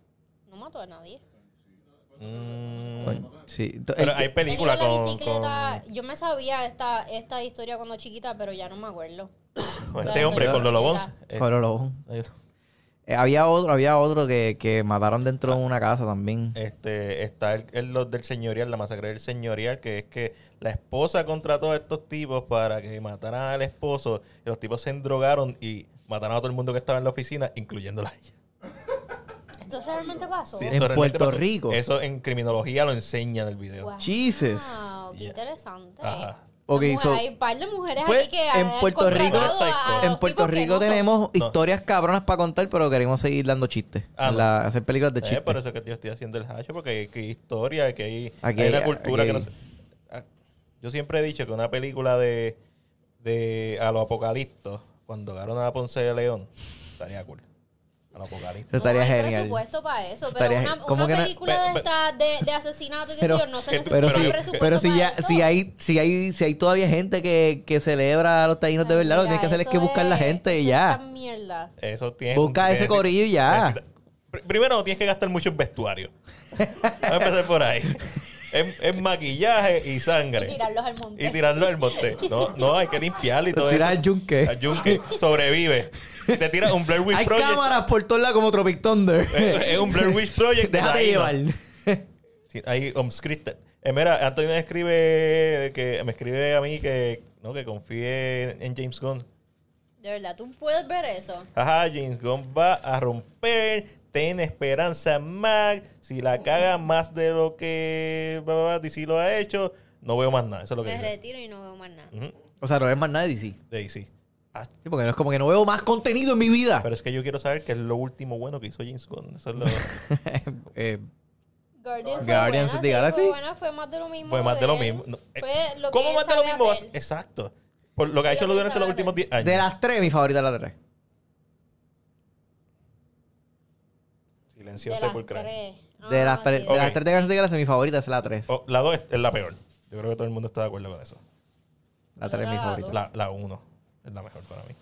S3: No mató a nadie.
S2: Mm,
S1: Sí.
S2: Pero
S1: El-
S2: hay película
S3: Él iba en la
S2: con.
S3: bicicleta.
S2: con-
S3: Yo me sabía esta, esta historia cuando chiquita, pero ya no me acuerdo.
S2: con
S3: Lo
S2: Este
S3: de
S2: hombre,
S3: Toño
S2: con Lolo Bons.
S3: Bicicleta.
S2: Eh,
S1: Colo Lobón.
S2: ahí-
S1: Eh, había otro, había otro que, que mataron dentro de una casa también.
S2: Este, está el, el- los del señorial, la masacre del señorial, que es que la esposa contrató a estos tipos para que mataran al esposo. Y los tipos se endrogaron y mataron a todo el mundo que estaba en la oficina, incluyéndola a ella.
S3: ¿Esto realmente pasó?
S2: Sí,
S1: En
S2: esto realmente
S1: Puerto Rico.
S2: Eso en criminología lo enseña en el video.
S3: Wow,
S1: Jesus.
S3: Ah, qué
S2: Yeah.
S3: interesante.
S2: Ajá.
S1: Ok,
S3: Mujer-
S1: so-
S3: hay un par de mujeres
S1: Pues,
S3: aquí que
S1: en
S3: han
S1: Puerto Rico-
S3: contratado a
S2: Exacto.
S3: los
S1: En Puerto
S3: tipos que
S1: Rico
S3: no son.
S1: tenemos
S2: No.
S1: historias cabronas para contar, pero queremos seguir dando chistes.
S2: Ah, no.
S1: La- hacer películas de
S2: Eh,
S1: chistes.
S2: por eso que yo estoy haciendo el hash, porque hay, que hay historia, que hay,
S1: Aquí
S2: hay
S1: hay-
S2: una cultura
S1: aquí
S2: que no
S1: hay-
S2: se- Ah, Yo siempre he dicho que una película de, de a los apocaliptos, cuando ganaron a Ponce de León, estaría cool. A los
S1: Eso
S2: apocaliptos.
S1: estaría
S3: no hay
S1: genial.
S3: presupuesto para eso,
S1: Estaría
S3: pero
S1: gen-
S3: una,
S1: ¿cómo
S3: una
S1: que no?
S3: película
S2: Pero-
S3: de, esta, de, de asesinato y qué
S1: Pero-
S3: sé yo, no se
S2: que-
S3: necesita
S1: Pero
S2: Pero
S1: si,
S2: yo-
S3: presupuesto
S1: pero si
S3: para
S1: ya,
S3: eso.
S1: si hay, si hay, si hay todavía gente que, que celebra a los taínos de
S3: Ay,
S1: verdad, lo que tienes
S3: mira,
S1: que hacer es
S3: eso
S1: que buscar la gente y
S3: eso es
S1: ya.
S3: tan mierda.
S2: Eso tiene.
S1: Busca ese
S2: necesi-
S1: corillo y ya.
S2: necesita- Pr- Primero, no tienes que gastar mucho en vestuario. Vamos a empezar por ahí. En, en maquillaje y sangre.
S5: Y tirarlos al monte.
S2: Y tirarlo al monte. No, no, hay que limpiarlo y todo
S1: Tirar
S2: eso.
S1: al yunque.
S2: Al yunque. Sobrevive. Te tiras un Blair Witch
S1: Hay
S2: Project.
S1: cámaras por todos lados como Tropic Thunder.
S2: Es es un Blair Witch Project de
S1: Déjate
S2: Taíno.
S1: llevar.
S2: Sí, ahí unscripted. Eh, mira, Antonio me escribe que me escribe a mí que no que confíe en James Gunn.
S5: De verdad, tú puedes ver eso.
S2: Ajá, James Gunn va a romper. Ten esperanza, Mac. Si la caga más de lo que bla, bla, bla, DC lo ha hecho, no veo más nada. Eso es lo que
S3: Me
S2: dice.
S3: retiro y no veo más nada.
S2: Ujú,
S1: O sea, no es más nada de DC.
S2: de DC. Ah,
S1: Sí, porque no es como que no veo más contenido en mi vida.
S2: pero es que yo quiero saber qué es lo último bueno que hizo James Gunn. Eso es lo- pues,
S1: Eh,
S5: Guardian fue buena,
S1: Guardians of the
S5: sí,
S1: Galaxy.
S5: Fue, buena, fue más de lo mismo.
S2: fue más de lo
S5: él.
S2: mismo. No, eh,
S5: Fue lo
S2: ¿Cómo
S5: que
S2: más de lo mismo?
S5: Hacer.
S2: Exacto. Por lo que ha hecho
S5: Lo que
S2: durante
S5: sabe
S2: los
S5: hacer.
S2: últimos 10 años.
S1: de las tres, mi favorita es la tres.
S5: De
S2: Silencio
S5: las
S2: sepulcral.
S5: tres. Ah,
S1: De las, pre-
S5: sí,
S1: de
S2: Ok.
S1: las tres de Guardians of the Galaxy, mi favorita es la tres.
S2: Oh, la 2 es la peor. Yo creo que todo el mundo está de acuerdo con eso.
S1: La tres es mi
S5: la
S1: favorita.
S5: dos.
S2: La 1 es la mejor para mí.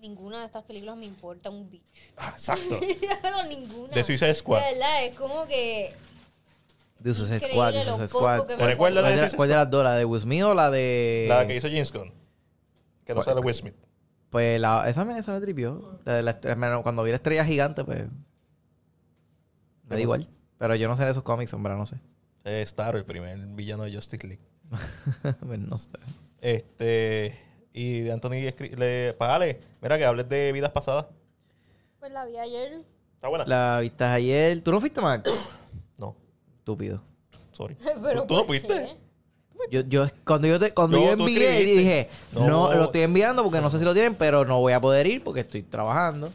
S3: Ninguna de estas películas me importa un bicho.
S2: Ah, exacto.
S3: Pero ninguna.
S2: De Suicide
S3: De
S2: Squad.
S3: verdad, es como que.
S1: De sus
S3: Increíble
S1: squad, de
S3: lo
S1: sus
S3: poco
S1: squad.
S3: que
S2: ¿Te
S3: me
S2: recuerdas
S1: ¿Cuál de,
S2: de
S1: la-
S2: Suicide
S1: cuál de las dos? ¿La de Will Smith o la de...?
S2: La que hizo James Gunn. Que no
S1: ¿Cuál?
S2: sale Will Smith.
S1: Pues la, esa, me, esa me tripió. La de la estre- me- cuando vi la estrella gigante, pues... Me da igual. Pero yo no sé de esos cómics, hombre, no sé.
S2: Eh, Starro, el primer villano de Justice League.
S1: Pues no sé.
S2: Este. Y de Anthony escri- le Pagale, mira que hables de vidas pasadas.
S5: Pues la vi ayer.
S2: ¿Está buena?
S1: La viste ayer. ¿Tú no fuiste, Mac?
S2: No,
S1: Estúpido.
S2: sorry.
S5: Pero
S2: ¿Tú, tú no
S5: ¿por qué?
S2: fuiste?
S1: Yo, yo, cuando yo, te, cuando
S2: No,
S1: yo
S2: tú
S1: envié,
S2: escribiste.
S1: dije, no.
S2: No.
S1: lo estoy enviando porque no sé si lo tienen, pero no voy a poder ir porque estoy trabajando.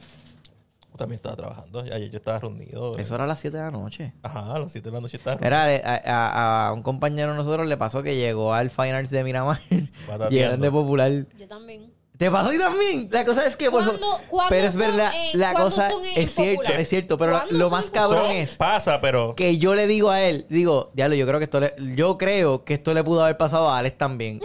S2: También estaba trabajando. Ayer yo estaba reunido.
S1: Eso era a las 7 de la noche.
S2: Ajá, a las 7 de la noche estaba
S1: Era, eh, a, a- a un compañero de nosotros le pasó que llegó al Fine Arts de Miramar y eran de popular.
S3: Yo también.
S1: ¿Te pasó a ti también? La cosa es que... por
S3: ¿Cuándo-
S1: favor-
S3: cuándo
S1: pero es
S3: son
S1: verdad,
S3: en-
S1: la
S3: cuándo
S1: cosa
S3: son en
S1: es cierto,
S3: popular?
S1: es cierto, pero
S3: ¿Cuándo
S1: lo
S3: son
S1: más
S3: populares?
S1: cabrón
S2: Son-
S1: es
S2: Pasa, pero.
S1: que yo le digo a él, digo, diablo, yo creo que esto le, yo creo que esto le pudo haber pasado a Alex también.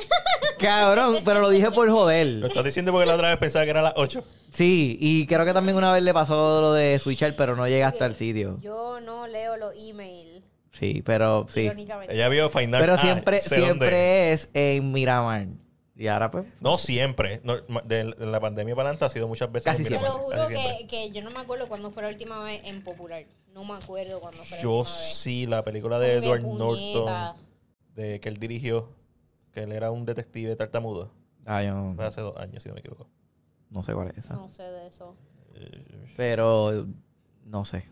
S1: cabrón, pero lo dije por
S2: Lo
S1: joder.
S2: estás diciendo porque la otra vez pensaba que era a las 8.
S1: Sí, y creo que también una vez le pasó lo de switchar, pero no llega hasta el sitio.
S3: Yo no leo los emails.
S1: Sí, pero sí.
S3: Irónicamente.
S2: Ella vio Final
S1: Pero
S2: Ah,
S1: siempre,
S2: sé dónde.
S1: siempre es en Miramar. Y ahora pues.
S2: No siempre. No, de, de la pandemia para adelante ha sido muchas veces.
S1: Casi
S2: en
S3: Te
S2: Miramar.
S3: lo juro
S2: Casi
S3: que,
S2: siempre.
S3: que yo no me acuerdo cuándo fue la última vez en Popular. No me acuerdo cuándo fue la
S2: Yo
S3: última vez.
S2: sí, la película de
S3: Como que
S2: Edward
S3: puñeta.
S2: Norton, de que él dirigió, que él era un detective tartamudo,
S1: Ah, yo no,
S2: fue hace dos años, si no me equivoco.
S1: no sé cuál es esa.
S3: No sé de eso.
S2: Eh,
S1: Pero no sé.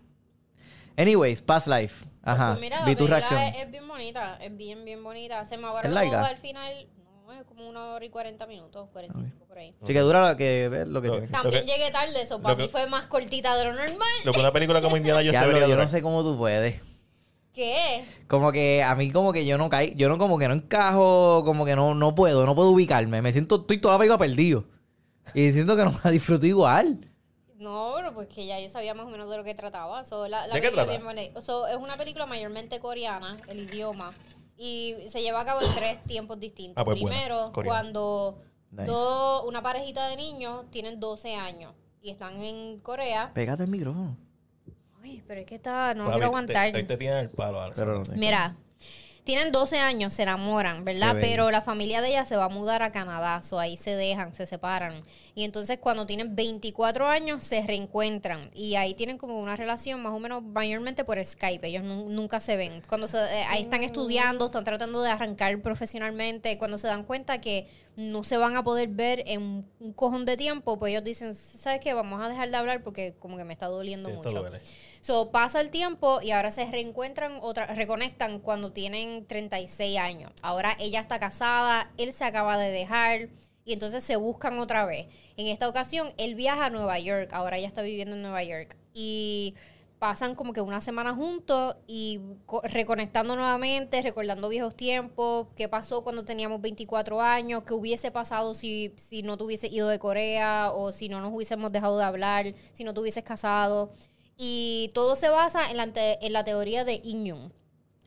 S1: Anyways, Past Life. Ajá.
S3: Pues mira, la
S1: Vi tu
S3: película
S1: reacción.
S3: Es, es bien bonita, es bien, bien bonita. Se me agarró
S1: ¿Es larga?
S3: todo al final. No, es como una hora y 40 minutos, 45 por ahí.
S1: Así que dura lo que ver lo que
S2: No.
S1: tiene.
S3: También
S2: que-
S3: llegué tarde, eso
S2: lo
S3: para
S2: que-
S3: mí fue más cortita de lo normal.
S2: Lo que una película como Indiana Jones
S1: Ya lo-
S2: debería
S1: yo no
S2: durar.
S1: sé cómo tú puedes.
S3: ¿Qué?
S1: Como que a mí como que yo no caí, yo no como que no encajo, como que no, no puedo, no puedo ubicarme. Me siento, estoy toda la película perdido. Y siento que no la disfruto igual.
S3: No, pero pues que ya yo sabía más o menos de lo que trataba. So, la, la
S2: ¿De qué
S3: película
S2: trata?
S3: es bien bonita. So, es una película mayormente coreana, el idioma. Y se lleva a cabo en tres tiempos distintos.
S2: Ah, pues buena,
S3: Primero,
S2: coreana.
S3: cuando
S1: Nice.
S3: dos- una parejita de niños tienen 12 años y están en Corea.
S1: Pégate el micrófono.
S3: Uy, pero es que está,
S2: Papi,
S3: no quiero
S2: te-
S3: aguantar.
S2: Ahí te tienen el palo, Alex.
S1: Pero no sé.
S3: Mira, tienen 12 años, se enamoran, ¿verdad?
S1: Qué bello.
S3: Pero la familia de ella se va a mudar a Canadá, so ahí se dejan, se separan. Y entonces cuando tienen 24 años se reencuentran y ahí tienen como una relación más o menos mayormente por Skype, ellos nu- nunca se ven. Cuando se- eh, ahí están estudiando, están tratando de arrancar profesionalmente, cuando se dan cuenta que no se van a poder ver en un cojón de tiempo, pues ellos dicen, ¿sabes qué? Vamos a dejar de hablar porque como que me está doliendo
S2: Sí, esto
S3: mucho.
S2: duele.
S3: So, pasa el tiempo y ahora se reencuentran, otra, reconectan cuando tienen 36 años. Ahora ella está casada, él se acaba de dejar y entonces se buscan otra vez. En esta ocasión, él viaja a Nueva York, ahora ella está viviendo en Nueva York. Y pasan como que una semana juntos y co- reconectando nuevamente, recordando viejos tiempos, qué pasó cuando teníamos 24 años, qué hubiese pasado si, si no te hubiese ido de Corea o si no nos hubiésemos dejado de hablar, si no te hubieses casado. Y todo se basa en la, te- en la teoría de Inyun.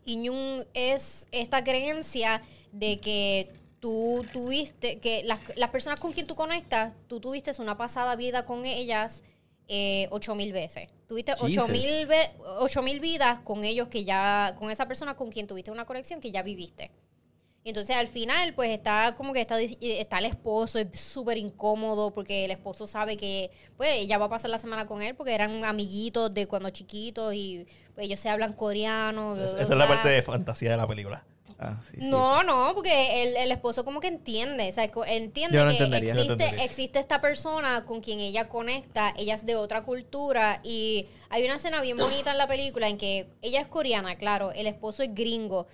S3: Inyun es esta creencia de que tú tuviste, que las, las personas con quien tú conectas, tú tuviste una pasada vida con ellas eh, 8000 veces. Tuviste
S1: Jesus.
S3: 8000 ve- 8000 vidas con ellos que ya, con esa persona con quien tuviste una conexión que ya viviste. Y entonces al final, pues está como que está, eh, está el esposo, es súper incómodo porque el esposo sabe que, pues, ella va a pasar la semana con él porque eran amiguitos de cuando chiquitos y pues, ellos se hablan coreano. bla,
S2: Es-
S3: bla,
S2: esa es la
S3: bla.
S2: parte de fantasía de la película.
S1: Ah, sí, sí.
S3: No, no, porque el, el esposo como que entiende, o sea, co- entiende
S1: Yo no
S3: que
S1: entendería.
S2: Yo no
S3: existe,
S2: entendería.
S3: existe esta persona con quien ella conecta, ella es de otra cultura y hay una escena bien bonita en la película en que ella es coreana, claro, el esposo es gringo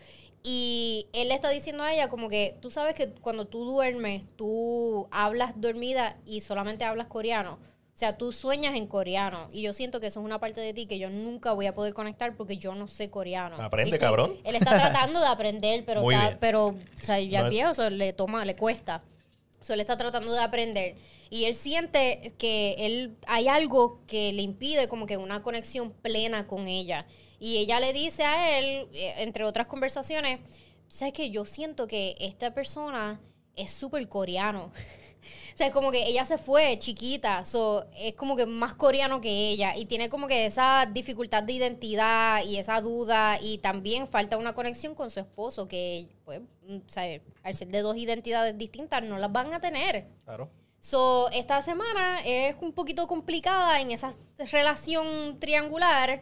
S3: y él le está diciendo a ella como que tú sabes que cuando tú duermes, tú hablas dormida y solamente hablas coreano. O sea, tú sueñas en coreano y yo siento que eso es una parte de ti que yo nunca voy a poder conectar porque yo no sé coreano.
S2: Aprende,
S3: ¿Viste?
S2: cabrón.
S3: Él está tratando de aprender, pero,
S2: Muy
S3: está-
S2: bien.
S3: pero o sea, ya
S2: No es-
S3: viejo, eso le toma, le cuesta. Eso él está tratando de aprender. Y él siente que él hay algo que le impide como que una conexión plena con ella. Y ella le dice a él, eh, entre otras conversaciones, "Tú sabes que yo siento que esta persona es súper coreano. O sea, es como que ella se fue chiquita, so, es como que más coreano que ella y tiene como que esa dificultad de identidad y esa duda y también falta una conexión con su esposo que, pues, mm, o sea, al ser de dos identidades distintas no las van a tener.
S2: Claro.
S3: So, esta semana es un poquito complicada en esa relación triangular.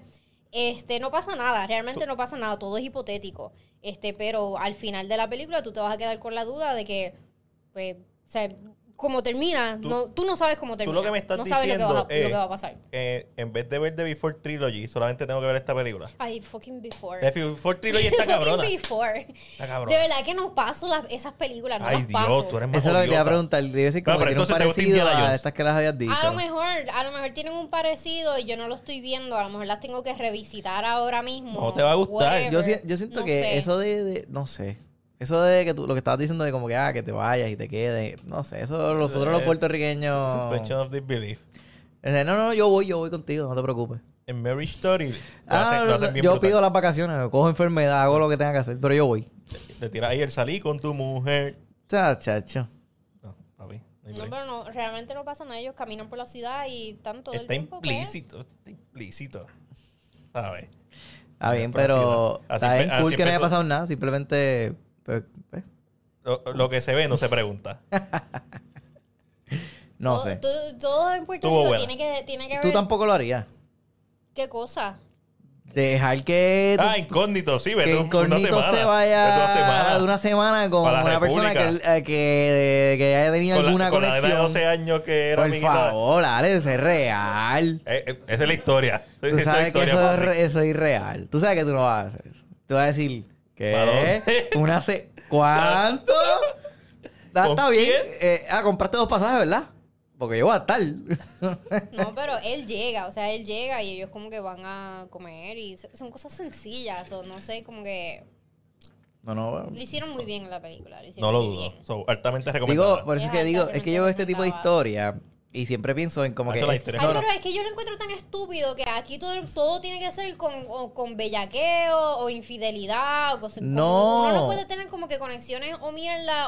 S3: Este, no pasa nada, realmente no pasa nada, todo es hipotético. Este, pero al final de la película tú te vas a quedar con la duda de que, pues, o sea, cómo termina,
S2: Tú-
S3: no, tú no sabes cómo termina.
S2: lo que me estás
S3: no sabes lo que, vas a-
S2: diciendo
S3: lo que va a
S2: es-
S3: pasar.
S2: Eh, en vez de ver The Before Trilogy, solamente tengo que ver esta película.
S3: Ay, fucking before.
S2: The Before Trilogy está
S3: Fucking
S2: cabrona.
S3: before.
S2: Está
S3: De
S2: cabrona.
S3: verdad que no paso las, esas películas, no
S2: Ay,
S3: las
S2: Dios,
S3: paso.
S2: tú eres más
S1: Eso es lo que te iba a
S2: odiosa.
S1: preguntar. Yo decir como
S2: Claro,
S1: que
S2: pero
S1: tiene un
S2: entonces te gusta
S1: parecido
S2: Indiana
S1: a
S2: Jones.
S1: estas que las habías dicho.
S3: A lo mejor, a lo mejor tienen un parecido y yo no lo estoy viendo. A lo mejor las tengo que revisitar ahora mismo.
S2: No te va a gustar.
S3: whatever.
S1: Yo, si- yo siento
S3: No
S1: que
S3: sé.
S1: eso de, de- No sé. Eso de que tú, lo que estabas diciendo de como que, ah, que te vayas y te quedes. No sé, eso nosotros los
S2: Eh,
S1: puertorriqueños.
S2: Suspension of Disbelief.
S1: O sea, No, no, no, yo voy, yo voy contigo, no te preocupes.
S2: En Marriage Story. lo
S1: Ah,
S2: hacen- lo
S1: no,
S2: hacen bien
S1: yo
S2: brutal.
S1: pido las vacaciones, me cojo enfermedad, hago lo que tenga que hacer, pero yo voy.
S2: Te tiras ahí el salí con tu mujer.
S1: Cha, chacho.
S2: No, papi. no hay
S3: No,
S2: break.
S3: pero no, realmente no pasa nada. Ellos caminan por la ciudad y están todo el
S2: está
S3: tiempo. pues.
S2: implícito. Está implícito. ¿Sabes?
S1: Está bien,
S2: Pero
S1: pero.
S2: así no. Así
S1: Está
S2: empe-
S1: bien cool
S2: así
S1: que no haya
S2: empezó.
S1: pasado nada, simplemente. pues, pues,
S2: Lo, lo que se ve no se pregunta.
S1: no
S3: Todo-
S1: sé.
S3: Todo, todo en Puerto
S2: Estuvo
S3: Rico
S2: buena.
S3: tiene que, tiene que Oh, ver
S1: Tú tampoco lo harías.
S3: qué cosa.
S1: Dejar que. tu-
S2: Ah, incógnito, sí,
S1: que
S2: vete un- una
S1: Incógnito
S2: semana. pues,
S1: se
S2: Vete una
S1: vaya
S2: semana.
S1: de una semana con
S2: Pa' la
S1: una persona que,
S2: República.
S1: eh, que, que haya tenido
S2: con la-
S1: alguna
S2: con la nena
S1: conexión.
S2: de 12 años que era
S1: Por
S2: amiguita.
S1: favor, Alex, es real.
S2: Eh, eh, esa es la historia. Esa
S1: Tú
S2: es la
S1: sabes que
S2: historia,
S1: eso es,
S2: papi.
S1: re- eso es irreal. Tú sabes que tú no vas a hacer eso. Tú vas a decir,
S2: ¿Pa'
S1: ¿qué?
S2: dónde?
S1: Una se ¿Cuánto? Ah,
S2: ¿Con
S1: está bien.
S2: quién?
S1: Eh, ah, compraste dos pasajes, ¿verdad? Porque yo voy a estar.
S3: No, pero él llega, o sea, él llega y ellos como que van a comer y so- son cosas sencillas. O no sé, como que
S1: No, no.
S3: lo hicieron muy bien en la película. lo hicieron
S2: No lo
S3: muy
S2: dudo.
S3: bien.
S2: So, altamente recomendable.
S1: Digo, pues, por eso es
S3: Es
S1: que digo, es que yo veo este
S3: altamente
S1: tipo de historia y siempre pienso en como
S2: Ah,
S1: que. este,
S2: eso es la historia.
S3: Ay,
S2: No, no.
S3: pero es que yo lo encuentro tan estúpido que aquí todo, todo tiene que ser con, o con bellaqueo o infidelidad o cosas
S1: No.
S3: Uno no puede tener como que conexiones o mierda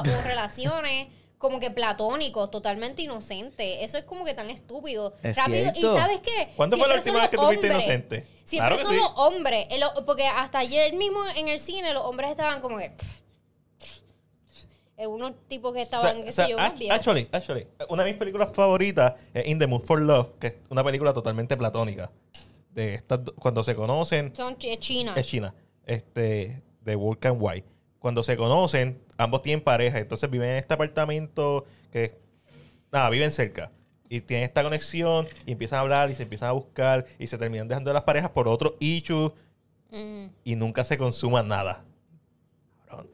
S3: o relaciones como que platónicos, totalmente inocentes. Eso es como que tan estúpido.
S1: Es
S3: Rápido.
S1: cierto.
S3: ¿Y sabes qué?
S2: ¿Cuándo fue la
S3: Siempre
S2: última
S3: son
S2: vez que
S3: los
S2: tuviste
S3: hombres.
S2: inocente?
S3: Siempre
S2: Claro que
S3: son
S2: sí.
S3: los hombres. El- porque hasta ayer mismo en el cine los hombres estaban como que... eh, unos tipos que
S2: O sea,
S3: estaban, qué
S2: o sea,
S3: sé yo, unos
S2: act-
S3: viejos.
S2: actually, actually, una de mis películas favoritas es In the Mood for Love, que es una película totalmente platónica. De estas, do- cuando se conocen,
S3: Son chi- chinas.
S2: es China, este, de Work and White. Cuando se conocen, ambos tienen pareja, entonces viven en este apartamento que, nada, viven cerca. Y tienen esta conexión, y empiezan a hablar, y se empiezan a buscar, y se terminan dejando de las parejas por otro issue,
S3: Mm.
S2: y nunca se consuma nada. Cabrón.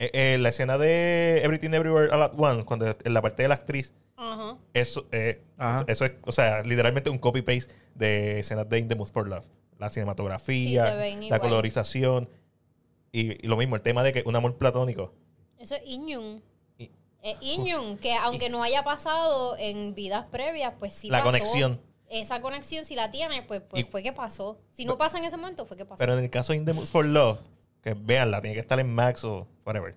S2: Eh, eh, la escena de Everything Everywhere All At Once, cuando en la parte de la actriz,
S3: Ajá.
S2: eso, eh,
S1: Ajá.
S2: eso es, o sea, literalmente un copy-paste de escenas de In the Mood for Love. La cinematografía,
S3: Sí, se ven
S2: la
S3: igual.
S2: colorización y, y lo mismo, el tema de que un amor platónico.
S3: Eso es Iñun.
S2: Y-
S3: Es Iñun, que aunque no haya pasado en vidas previas, pues sí
S2: La
S3: pasó.
S2: conexión.
S3: Esa conexión, si la tienes, pues, pues
S2: Y-
S3: fue que pasó. Si no pasa en ese momento, fue que pasó.
S2: Pero en el caso de In the Mood for Love, que veanla, tiene que estar en Max o whatever.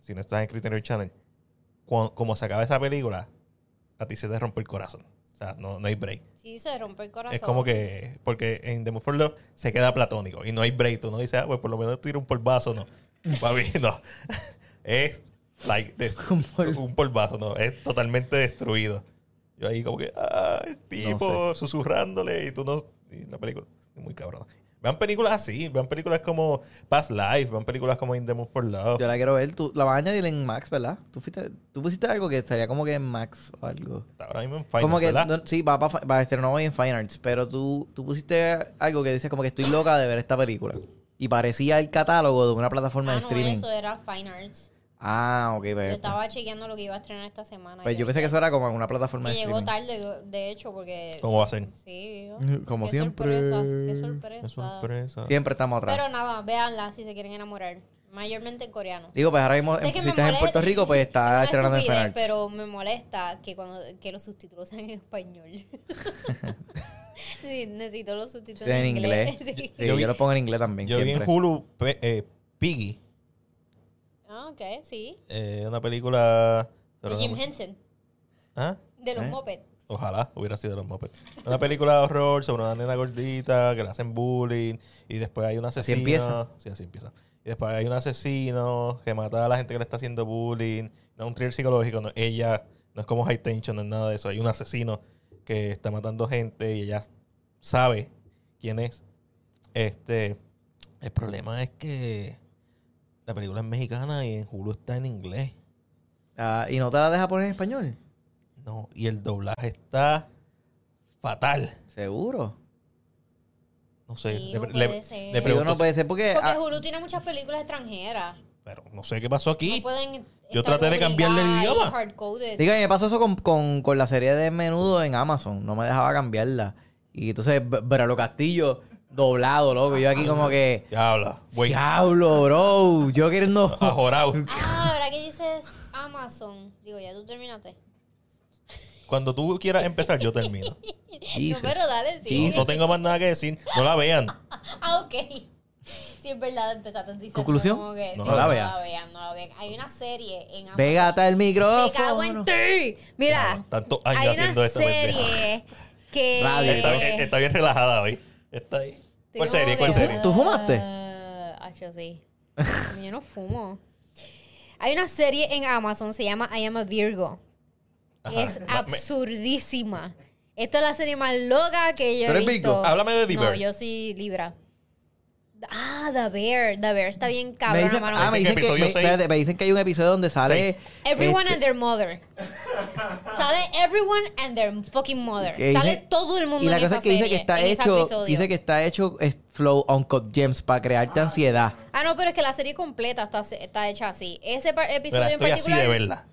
S2: Si no estás en Criterion Channel, cu- como se acaba esa película, a ti se te rompe el corazón. O sea, no, no hay break.
S6: Sí, se rompe el corazón.
S2: Es como
S3: Ah,
S2: que, porque en The Mood for Love se queda platónico y no hay break. Tú no dices, ah, pues por lo menos tiro un polvazo, no. Papi, no. Es like, des-
S1: Un polvo.
S2: un polvazo, no. Es totalmente destruido. Yo ahí como que, ah, el tipo susurrándole y tú no. Y la película, es muy cabrón. Vean películas así, vean películas como Past Life, vean películas como In The Mood for Love.
S1: Yo la quiero ver. Tú la vas a añadir en Max, ¿verdad? Tú, fuiste- tú pusiste algo que estaría como que en Max o algo.
S2: Ahora mismo en Final,
S1: como que
S2: ¿verdad?
S1: no- sí, va para va a estrenar hoy en Fine Arts, pero tú, tú pusiste algo que dices como que estoy loca de ver esta película. Y parecía el catálogo de una plataforma
S3: Ah,
S1: de
S3: no,
S1: streaming.
S3: eso era Fine Arts.
S1: Ah, ok,
S3: Yo
S1: pero.
S3: estaba chequeando lo que iba a estrenar esta semana.
S1: Pues
S3: y
S1: yo pensé que eso era como en una plataforma
S3: que
S1: de
S3: llegó
S1: streaming.
S3: tarde, de hecho, porque...
S2: ¿Cómo va a ser?
S3: Sí. yo-
S1: Como
S3: qué
S1: siempre.
S3: Sorpresa, qué
S2: Qué
S3: sorpresa.
S2: sorpresa.
S1: Siempre estamos atrás.
S3: Pero nada, véanla si se quieren enamorar. Mayormente coreanos.
S1: Digo, pues ahora mismo,
S3: Sé que
S1: si
S3: me
S1: estás en
S3: molesta-
S1: Puerto Rico, pues
S3: es una
S1: estás estrenando en Fine
S3: estupidez,
S1: Arts.
S3: Pero me molesta que cuando que los subtítulos sean en español. Sí, Necesito los subtítulos
S1: En
S3: en,
S1: inglés.
S3: inglés.
S1: Sí,
S3: Sí.
S1: yo,
S2: Yo vi-
S1: lo pongo en inglés también.
S2: Yo vi en
S1: siempre.
S2: Hulu pe- eh, Piggy,
S3: Ah, ok, sí.
S2: eh, una película.
S3: De Jim Henson,
S2: ¿Ah?
S3: de los
S1: ¿Eh?
S3: Muppets.
S2: Ojalá hubiera sido de los Muppets. Una película de horror sobre una nena gordita que le hacen bullying y después hay un asesino.
S1: empieza.
S2: Sí, así empieza. Y después hay un asesino que mata a la gente que le está haciendo bullying. No es un thriller psicológico, no, ella no es como High Tension, no es nada de eso. Hay un asesino que está matando gente y ella sabe quién es. Este, el problema es que la película es mexicana y en Hulu está en inglés.
S1: Ah, y no te la deja poner en español.
S2: No, y el doblaje está fatal.
S1: Seguro.
S2: No sé.
S3: Sí,
S2: le-
S3: no
S2: le-
S3: puede ser.
S2: le
S3: Te
S1: Digo,
S2: pregunto
S1: no
S2: si-
S1: puede ser porque.
S3: Porque
S1: ah,
S3: Hulu tiene muchas películas extranjeras.
S2: pero no sé qué pasó aquí.
S3: No pueden
S2: Yo
S3: estar
S2: traté de cambiarle el
S3: obligadas y
S2: idioma.
S3: hardcoded.
S1: Diga, y me pasó eso con, con- con la serie de menudo en Amazon. No me dejaba cambiarla. Y entonces, B- Bralo Castillo, doblado, loco. Yo aquí como que.
S2: ya habla. Güey.
S1: Diablo, bro. Yo queriendo.
S2: Ajorao.
S3: Ah, ahora que dices Amazon. Digo, ya tú terminaste.
S2: Cuando tú quieras empezar, yo termino.
S1: Jesus.
S3: No, pero dale, sí.
S2: No, no tengo más nada que decir. No la vean.
S3: Ah, ok. Sí, es verdad, empezaste a decir
S1: ¿Conclusión?
S3: como que
S2: No
S3: sí,
S2: la
S1: veas.
S3: No la vean, no la vean. Hay una serie en Amazon.
S1: Pégate el
S2: Ah,
S3: Me cago en
S1: micrófono.
S3: ti. Mira,
S2: Tantos años
S6: Hay
S2: haciendo
S6: una
S2: esta pendeja.
S6: serie que...
S1: Radio.
S2: Está, bien- está bien relajada hoy. Está ahí. ¿Cuál serie? ¿Cuál
S1: que-
S2: serie?
S1: ¿Tú fumaste?
S3: Ah, yo sí. Yo no fumo. Hay una serie en Amazon, se llama I Am a Virgo.
S2: Ajá.
S3: Es
S2: Ma- me-
S3: absurdísima. Esta es la serie más loca que yo
S1: ¿Tú
S3: he
S1: eres
S3: visto.
S1: Virgo?
S2: Háblame de The
S3: No,
S2: Bear.
S3: yo soy Libra. Ah, The Bear. The Bear está bien
S1: Me
S3: cabrón,
S1: dicen,
S3: mano.
S1: ah, me
S2: Dicen que
S1: dicen que,
S2: Este episodio
S1: me-
S2: seis.
S1: espérate, me dicen que hay un episodio donde sale.
S3: Everyone
S1: este,
S3: and their mother. Sale everyone and their fucking mother.
S1: Que
S3: Sale
S1: dice-
S3: todo el mundo
S1: Y la
S3: en
S1: cosa
S3: esa
S1: es que dice que
S3: serie,
S1: está
S3: en ese
S1: hecho,
S3: episodio.
S1: dice que está hecho es flow Uncut James para crearte ansiedad.
S3: Ah, no, pero es que la serie completa está, está hecha así. Ese par- episodio
S2: Mira,
S3: en
S2: estoy así
S3: particular.
S2: de verla.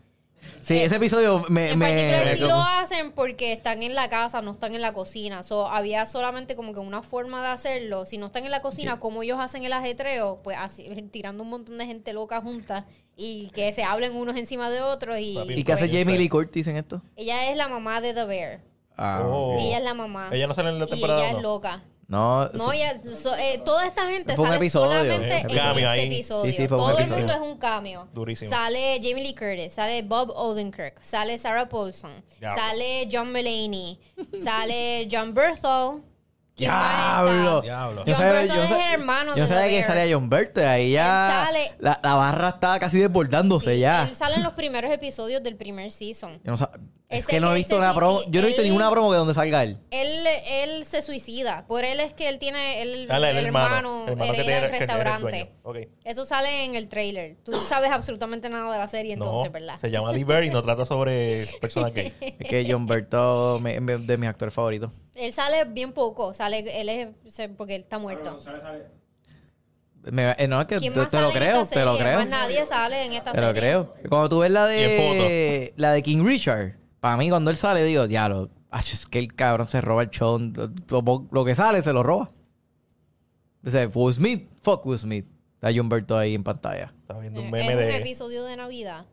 S1: Sí, ese episodio me...
S3: En particular
S1: me
S3: sí lo hacen porque están en la casa, no están en la cocina. So, había solamente como que una forma de hacerlo. Si no están en la cocina, como ellos hacen el ajetreo, pues así, tirando un montón de gente loca junta y que se hablen unos encima de otros. Y,
S2: Papi,
S1: ¿Y qué hace
S3: pues,
S1: Jamie Lee Curtis en esto?
S3: Ella es la mamá de The Bear.
S1: Ah,
S2: Oh.
S3: Ella es la mamá.
S2: Ella no sale en la
S3: Ah. y
S2: temporada
S3: ella es
S2: 1.
S3: loca.
S1: No,
S3: No,
S1: sí.
S3: ella, so- eh, toda esta gente
S1: Fue un
S3: sale
S1: episodio.
S3: solamente
S2: Eh,
S3: en
S2: cameo
S3: este
S2: ahí.
S3: episodio.
S1: Sí, sí, fue un
S3: Todo
S1: episodio.
S3: el mundo es un cameo.
S2: Durísimo.
S3: Sale Jamie Lee Curtis, sale Bob Odenkirk, sale Sarah Paulson,
S2: Diablo.
S3: sale John Mulaney, sale John Berthold. ¿Quién más
S1: Diablo.
S3: está?
S2: Diablo.
S1: Yo
S3: John
S1: sabía,
S3: Burton
S1: yo
S3: es
S1: sa-
S3: el hermano
S1: yo
S3: de
S1: sabía
S3: The
S1: que
S3: Bear.
S1: salía John Burton. Ahí ya.
S3: Él sale-
S1: la, la barra estaba casi desbordándose
S3: Sí,
S1: ya.
S3: Él sale en los primeros episodios del primer season.
S1: Yo no sa- es
S3: Ese-
S1: que no he
S3: ese
S1: visto una
S3: sí,
S1: promo.
S3: sí,
S1: Yo no he visto
S3: él-
S1: ninguna promo de donde salga él.
S3: Él, él se suicida. Por él es que él tiene el,
S2: Ah, la del
S3: el hermano,
S2: hermano que tiene-
S3: hereda el
S2: que tiene el
S3: restaurante.
S2: dueño. Ok.
S3: Eso sale en el trailer. Tú sabes absolutamente nada de la serie entonces, ¿verdad?
S2: se llama The Bear y no trata sobre personas gay.
S1: Es que John Burton me- me- de mis actores favoritos.
S3: Él sale bien poco. Sale, él es se- porque él está
S4: Pero
S3: muerto.
S4: González sale.
S1: Me- eh, no, es que te,
S3: ¿Quién más
S1: te
S3: sale
S1: lo
S3: en
S1: creo,
S3: esta
S1: te lo
S3: serie?
S1: creo.
S3: Más nadie sale en esta
S1: Te lo
S3: serie.
S1: creo. Cuando tú ves la
S2: Y
S1: de la de King Richard, para mí cuando él sale digo, diablo, ach, es que el cabrón se roba el show, lo, lo que sale se lo roba. Dice, Will Smith, fuck Will Smith. Está John Burton ahí en pantalla.
S2: Estaba viendo un
S3: Eh, Es
S2: meme
S3: un
S2: de.
S3: episodio de Navidad.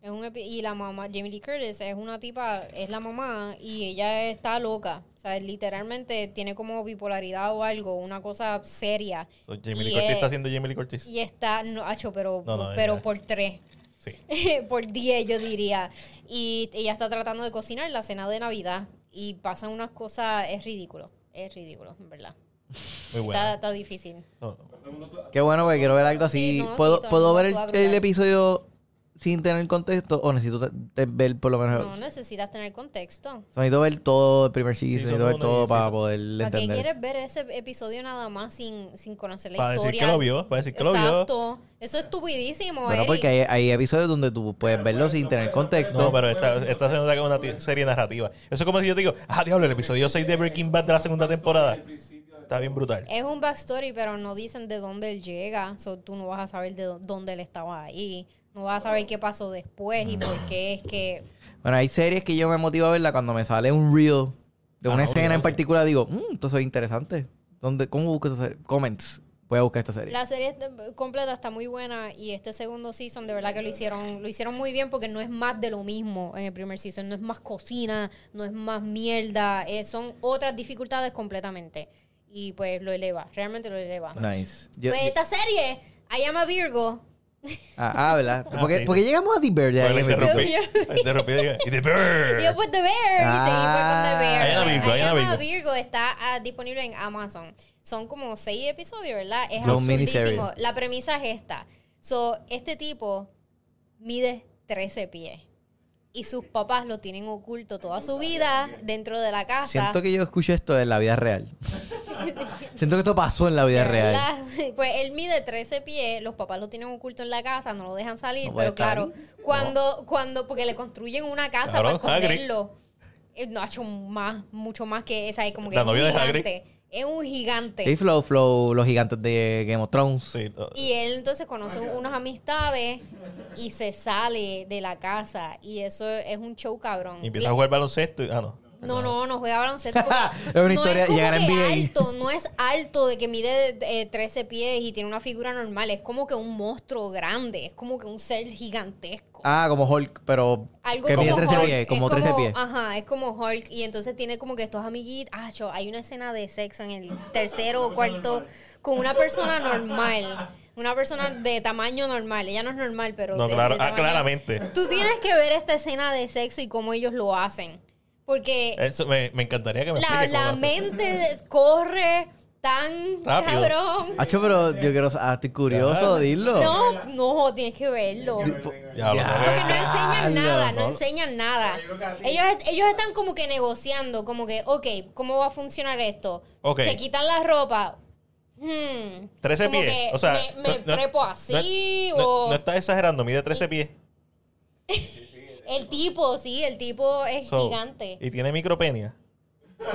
S3: Es un epi- y la mamá, Jamie Lee Curtis, es una tipa, es la mamá y ella está loca. O sea, literalmente tiene como bipolaridad o algo, una cosa seria.
S2: So, Jamie Lee
S3: Y,
S2: Curtis
S3: eh,
S2: está haciendo Jamie Lee Curtis.
S3: Y está, no, acho, pero,
S2: No, no,
S3: pero
S2: ella-
S3: por tres.
S2: Sí.
S3: por 10 yo diría. Y ella está tratando de cocinar la cena de Navidad. y pasan unas cosas, es ridículo, es ridículo, en verdad.
S2: Muy
S3: Está,
S2: buena.
S3: está difícil.
S2: No, no.
S1: Qué bueno, porque quiero ver algo así.
S3: Sí, no, sí,
S1: ¿Puedo,
S3: todo el
S1: ¿puedo
S3: mundo
S1: ver
S3: actúa
S1: el,
S3: brutal.
S1: el episodio sin tener contexto? ¿O necesito te- te- ver por lo menos...
S3: No necesitas tener contexto.
S1: O sea, necesito ver todo el primer season,
S2: Sí,
S1: necesito
S2: son
S1: ver
S2: uno
S1: todo
S2: y
S1: para
S2: season.
S1: poder
S3: ¿Para qué
S1: entender.
S3: quieres ver ese episodio nada más sin, sin conocer la
S2: Para decir
S3: historia?
S2: que lo vio, para decir que lo vio.
S3: Exacto. Eso es estupidísimo,
S1: Bueno,
S3: Eric.
S1: porque hay, hay episodios donde tú puedes verlo sin tener
S2: No,
S1: contexto.
S2: pero esta, esta se nota que es una ti- serie narrativa. Eso es como si yo te digo, ah, diablo, el episodio 6 de Breaking Bad de la segunda temporada. Está bien brutal.
S3: Es un backstory, pero no dicen de dónde él llega. So, tú no vas a saber de dó- dónde él estaba ahí. No vas
S2: Oh.
S3: a saber qué pasó después y por qué es que...
S1: Bueno, hay series que yo me motivo a verla cuando me sale un reel de
S2: Ah,
S1: una
S2: no,
S1: escena en
S2: obviamente.
S1: particular. Digo, mmm, esto es interesante. ¿Dónde, ¿Cómo busco esta serie? Comments. Voy a buscar esta serie.
S3: La serie est- completa está muy buena y este segundo season de verdad que lo hicieron lo hicieron muy bien porque no es más de lo mismo en el primer season, no es más cocina, no es más mierda, eh, son otras dificultades completamente y pues lo eleva, realmente lo eleva.
S1: Nice. Yo-
S3: Pues
S1: yo-
S3: esta serie, I am a Virgo.
S1: ah, habla.
S2: Ah,
S1: Porque,
S2: sí.
S1: porque llegamos a The Bird. ya,
S2: Pues le
S1: ya me
S2: interrumpí.
S1: preocupé.
S2: Le interrumpí, dije, Y de
S3: Y
S2: Bird.
S3: yo pues The Bear
S1: Ah.
S3: y seguimos con The Bear.
S2: I am a Virgo, I am a
S3: I am a
S2: Virgo.
S3: Virgo está ah, disponible en Amazon. Son como seis episodios, ¿verdad? Es
S1: Son
S3: absurdísimo.
S1: miniseries.
S3: La premisa es esta. So, este tipo mide 13 pies. Y sus papás lo tienen oculto toda su vida dentro de la casa.
S1: Siento que yo escucho esto en la vida real. Siento que esto pasó en la vida
S3: De
S1: real.
S3: verdad, Pues él mide 13 pies, los papás lo tienen oculto en la casa, no lo dejan salir,
S1: No puede
S3: pero
S1: estar
S3: claro, cuando, cuando, porque le construyen una casa
S2: Cabrón,
S3: para
S2: Hagrid.
S3: esconderlo, él no ha hecho más, mucho más que esa, es como que
S2: La
S3: es un
S2: novia de Hagrid.
S3: gigante, es un gigante.
S1: Y Flow Flow, los gigantes de Game of Thrones.
S2: Sí, no.
S3: Y él entonces conoce unas amistades y se sale de la casa y eso es un show cabrón.
S2: Y empieza a jugar baloncesto. y- Ah, no.
S3: No, no, no juega baloncesto.
S1: Es una historia,
S3: como
S1: llegar a
S3: que
S1: NBA.
S3: alto, no es alto de que mide eh, 13 pies y tiene una figura normal. Es como que un monstruo grande. Es como que un ser gigantesco.
S1: Ah, como Hulk, pero
S3: Algo
S1: que mide
S3: como
S1: 13
S3: Hulk.
S1: pies.
S3: Es
S1: Como 13 pies.
S3: Ajá, es como ah. Hulk. Y entonces tiene como que estos amiguitos. Ah, cho, hay una escena de sexo en el tercero o cuarto con una persona normal. Una persona de tamaño normal. Ella no es normal, pero.
S2: No,
S3: de-
S2: claro.
S3: de
S2: Ah,
S3: tamaño-
S2: claramente.
S3: Tú tienes que ver esta escena de sexo y cómo ellos lo hacen. Porque
S2: Eso me, me encantaría que me
S3: la,
S2: explique cómo
S3: la
S2: hace.
S3: mente de- corre tan
S2: Rápido.
S3: cabrón.
S1: Hacho, pero yo quiero. Ah, estoy curioso,
S2: Ajá.
S1: dilo.
S3: No, no, tienes que verlo. Porque
S2: Ya, lo
S1: Ya.
S2: tengo que-
S3: no enseñan
S1: Diablo,
S3: nada, no
S1: Pablo.
S3: enseñan nada. Ellos, ellos están como que negociando, como que, ok, ¿cómo va a funcionar esto?
S2: Ok.
S3: Se quitan la ropa. Hmm,
S2: 13
S3: como
S2: pies.
S3: que
S2: o sea,
S3: me, me trepo así
S2: no-
S3: o
S2: no estás exagerando, mide 13 pies.
S3: el tipo, sí, el tipo es
S2: So,
S3: gigante.
S2: Y tiene micropenia.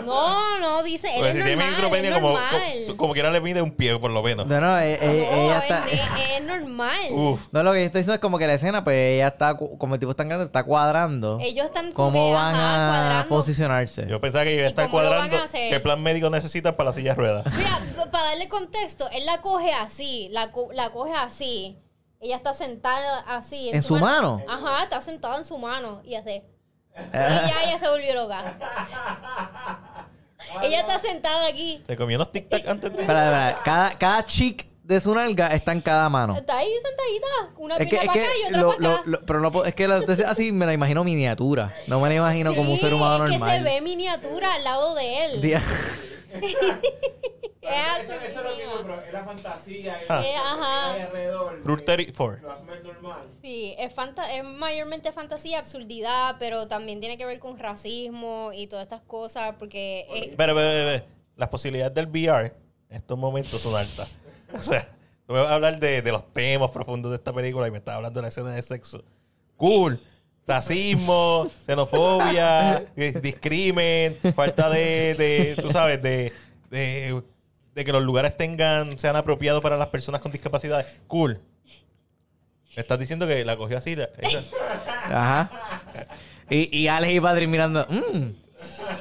S3: No, no, dice, él
S2: Porque
S3: es
S2: si tiene
S3: normal,
S2: micropenia,
S3: es
S2: como,
S3: normal.
S2: como, como quiera le mide un pie, por lo menos.
S1: No, no, eh, eh,
S3: No,
S1: ella
S3: es-
S1: está.
S3: es, es normal.
S2: Uf.
S1: No, lo que yo estoy diciendo es como que la escena, pues ella está, cu- como el tipo está grande, está cuadrando.
S3: Ellos están como
S1: ¿Cómo
S3: que,
S1: van
S3: ajá,
S1: a
S3: cuadrando.
S1: posicionarse?
S2: Yo pensaba que iba a
S3: ¿Y
S2: estar
S3: cómo lo van a
S2: cuadrando
S3: hacer?
S2: qué plan médico necesitan para la silla de ruedas.
S3: Mira, p- para darle contexto, él la coge así, la, co- la coge así. Ella está sentada así.
S1: ¿En su mano? Ah.
S3: Ajá, está sentada en su mano y hace. Y ya ella se volvió loca. ella está sentada aquí.
S2: Se comió unos tic-tac antes de.
S1: Espera, espera, Cada, cada chick de su nalga está en cada mano.
S3: Está ahí sentadita, una
S1: Es que,
S3: pierna
S1: es
S3: para
S1: que,
S3: acá y otra
S1: lo-
S3: para
S1: lo-
S3: acá.
S1: lo- pero no puedo- es que las- así me la imagino miniatura. No me la imagino como un
S3: Sí,
S1: ser humano
S3: es que se
S1: normal.
S3: ve miniatura al lado de él.
S1: Día-
S3: Es así
S4: Eso eso es lo mismo, pero es la fantasía. es-
S2: Ah.
S3: Eh, ajá.
S4: Hay alrededor.
S2: Rule
S4: que
S2: 34.
S4: Lo asume el normal.
S3: Sí, es, fanta- es mayormente fantasía, absurdidad, pero también tiene que ver con racismo y todas estas cosas, porque eh,
S2: Pero, pero, pero, las posibilidades del VR en estos momentos son altas. O sea, tú me vas a hablar de, de los temas profundos de esta película y me estás hablando de la escena de sexo. Cool. Racismo, xenofobia, eh, discrimen, falta de, de, tú sabes, de, de, de que los lugares tengan, sean apropiados para las personas con discapacidades. Cool. Me estás diciendo que la cogió así. la- esa-
S1: Ajá. Y, y Alex y Patrick mirando. Mmm.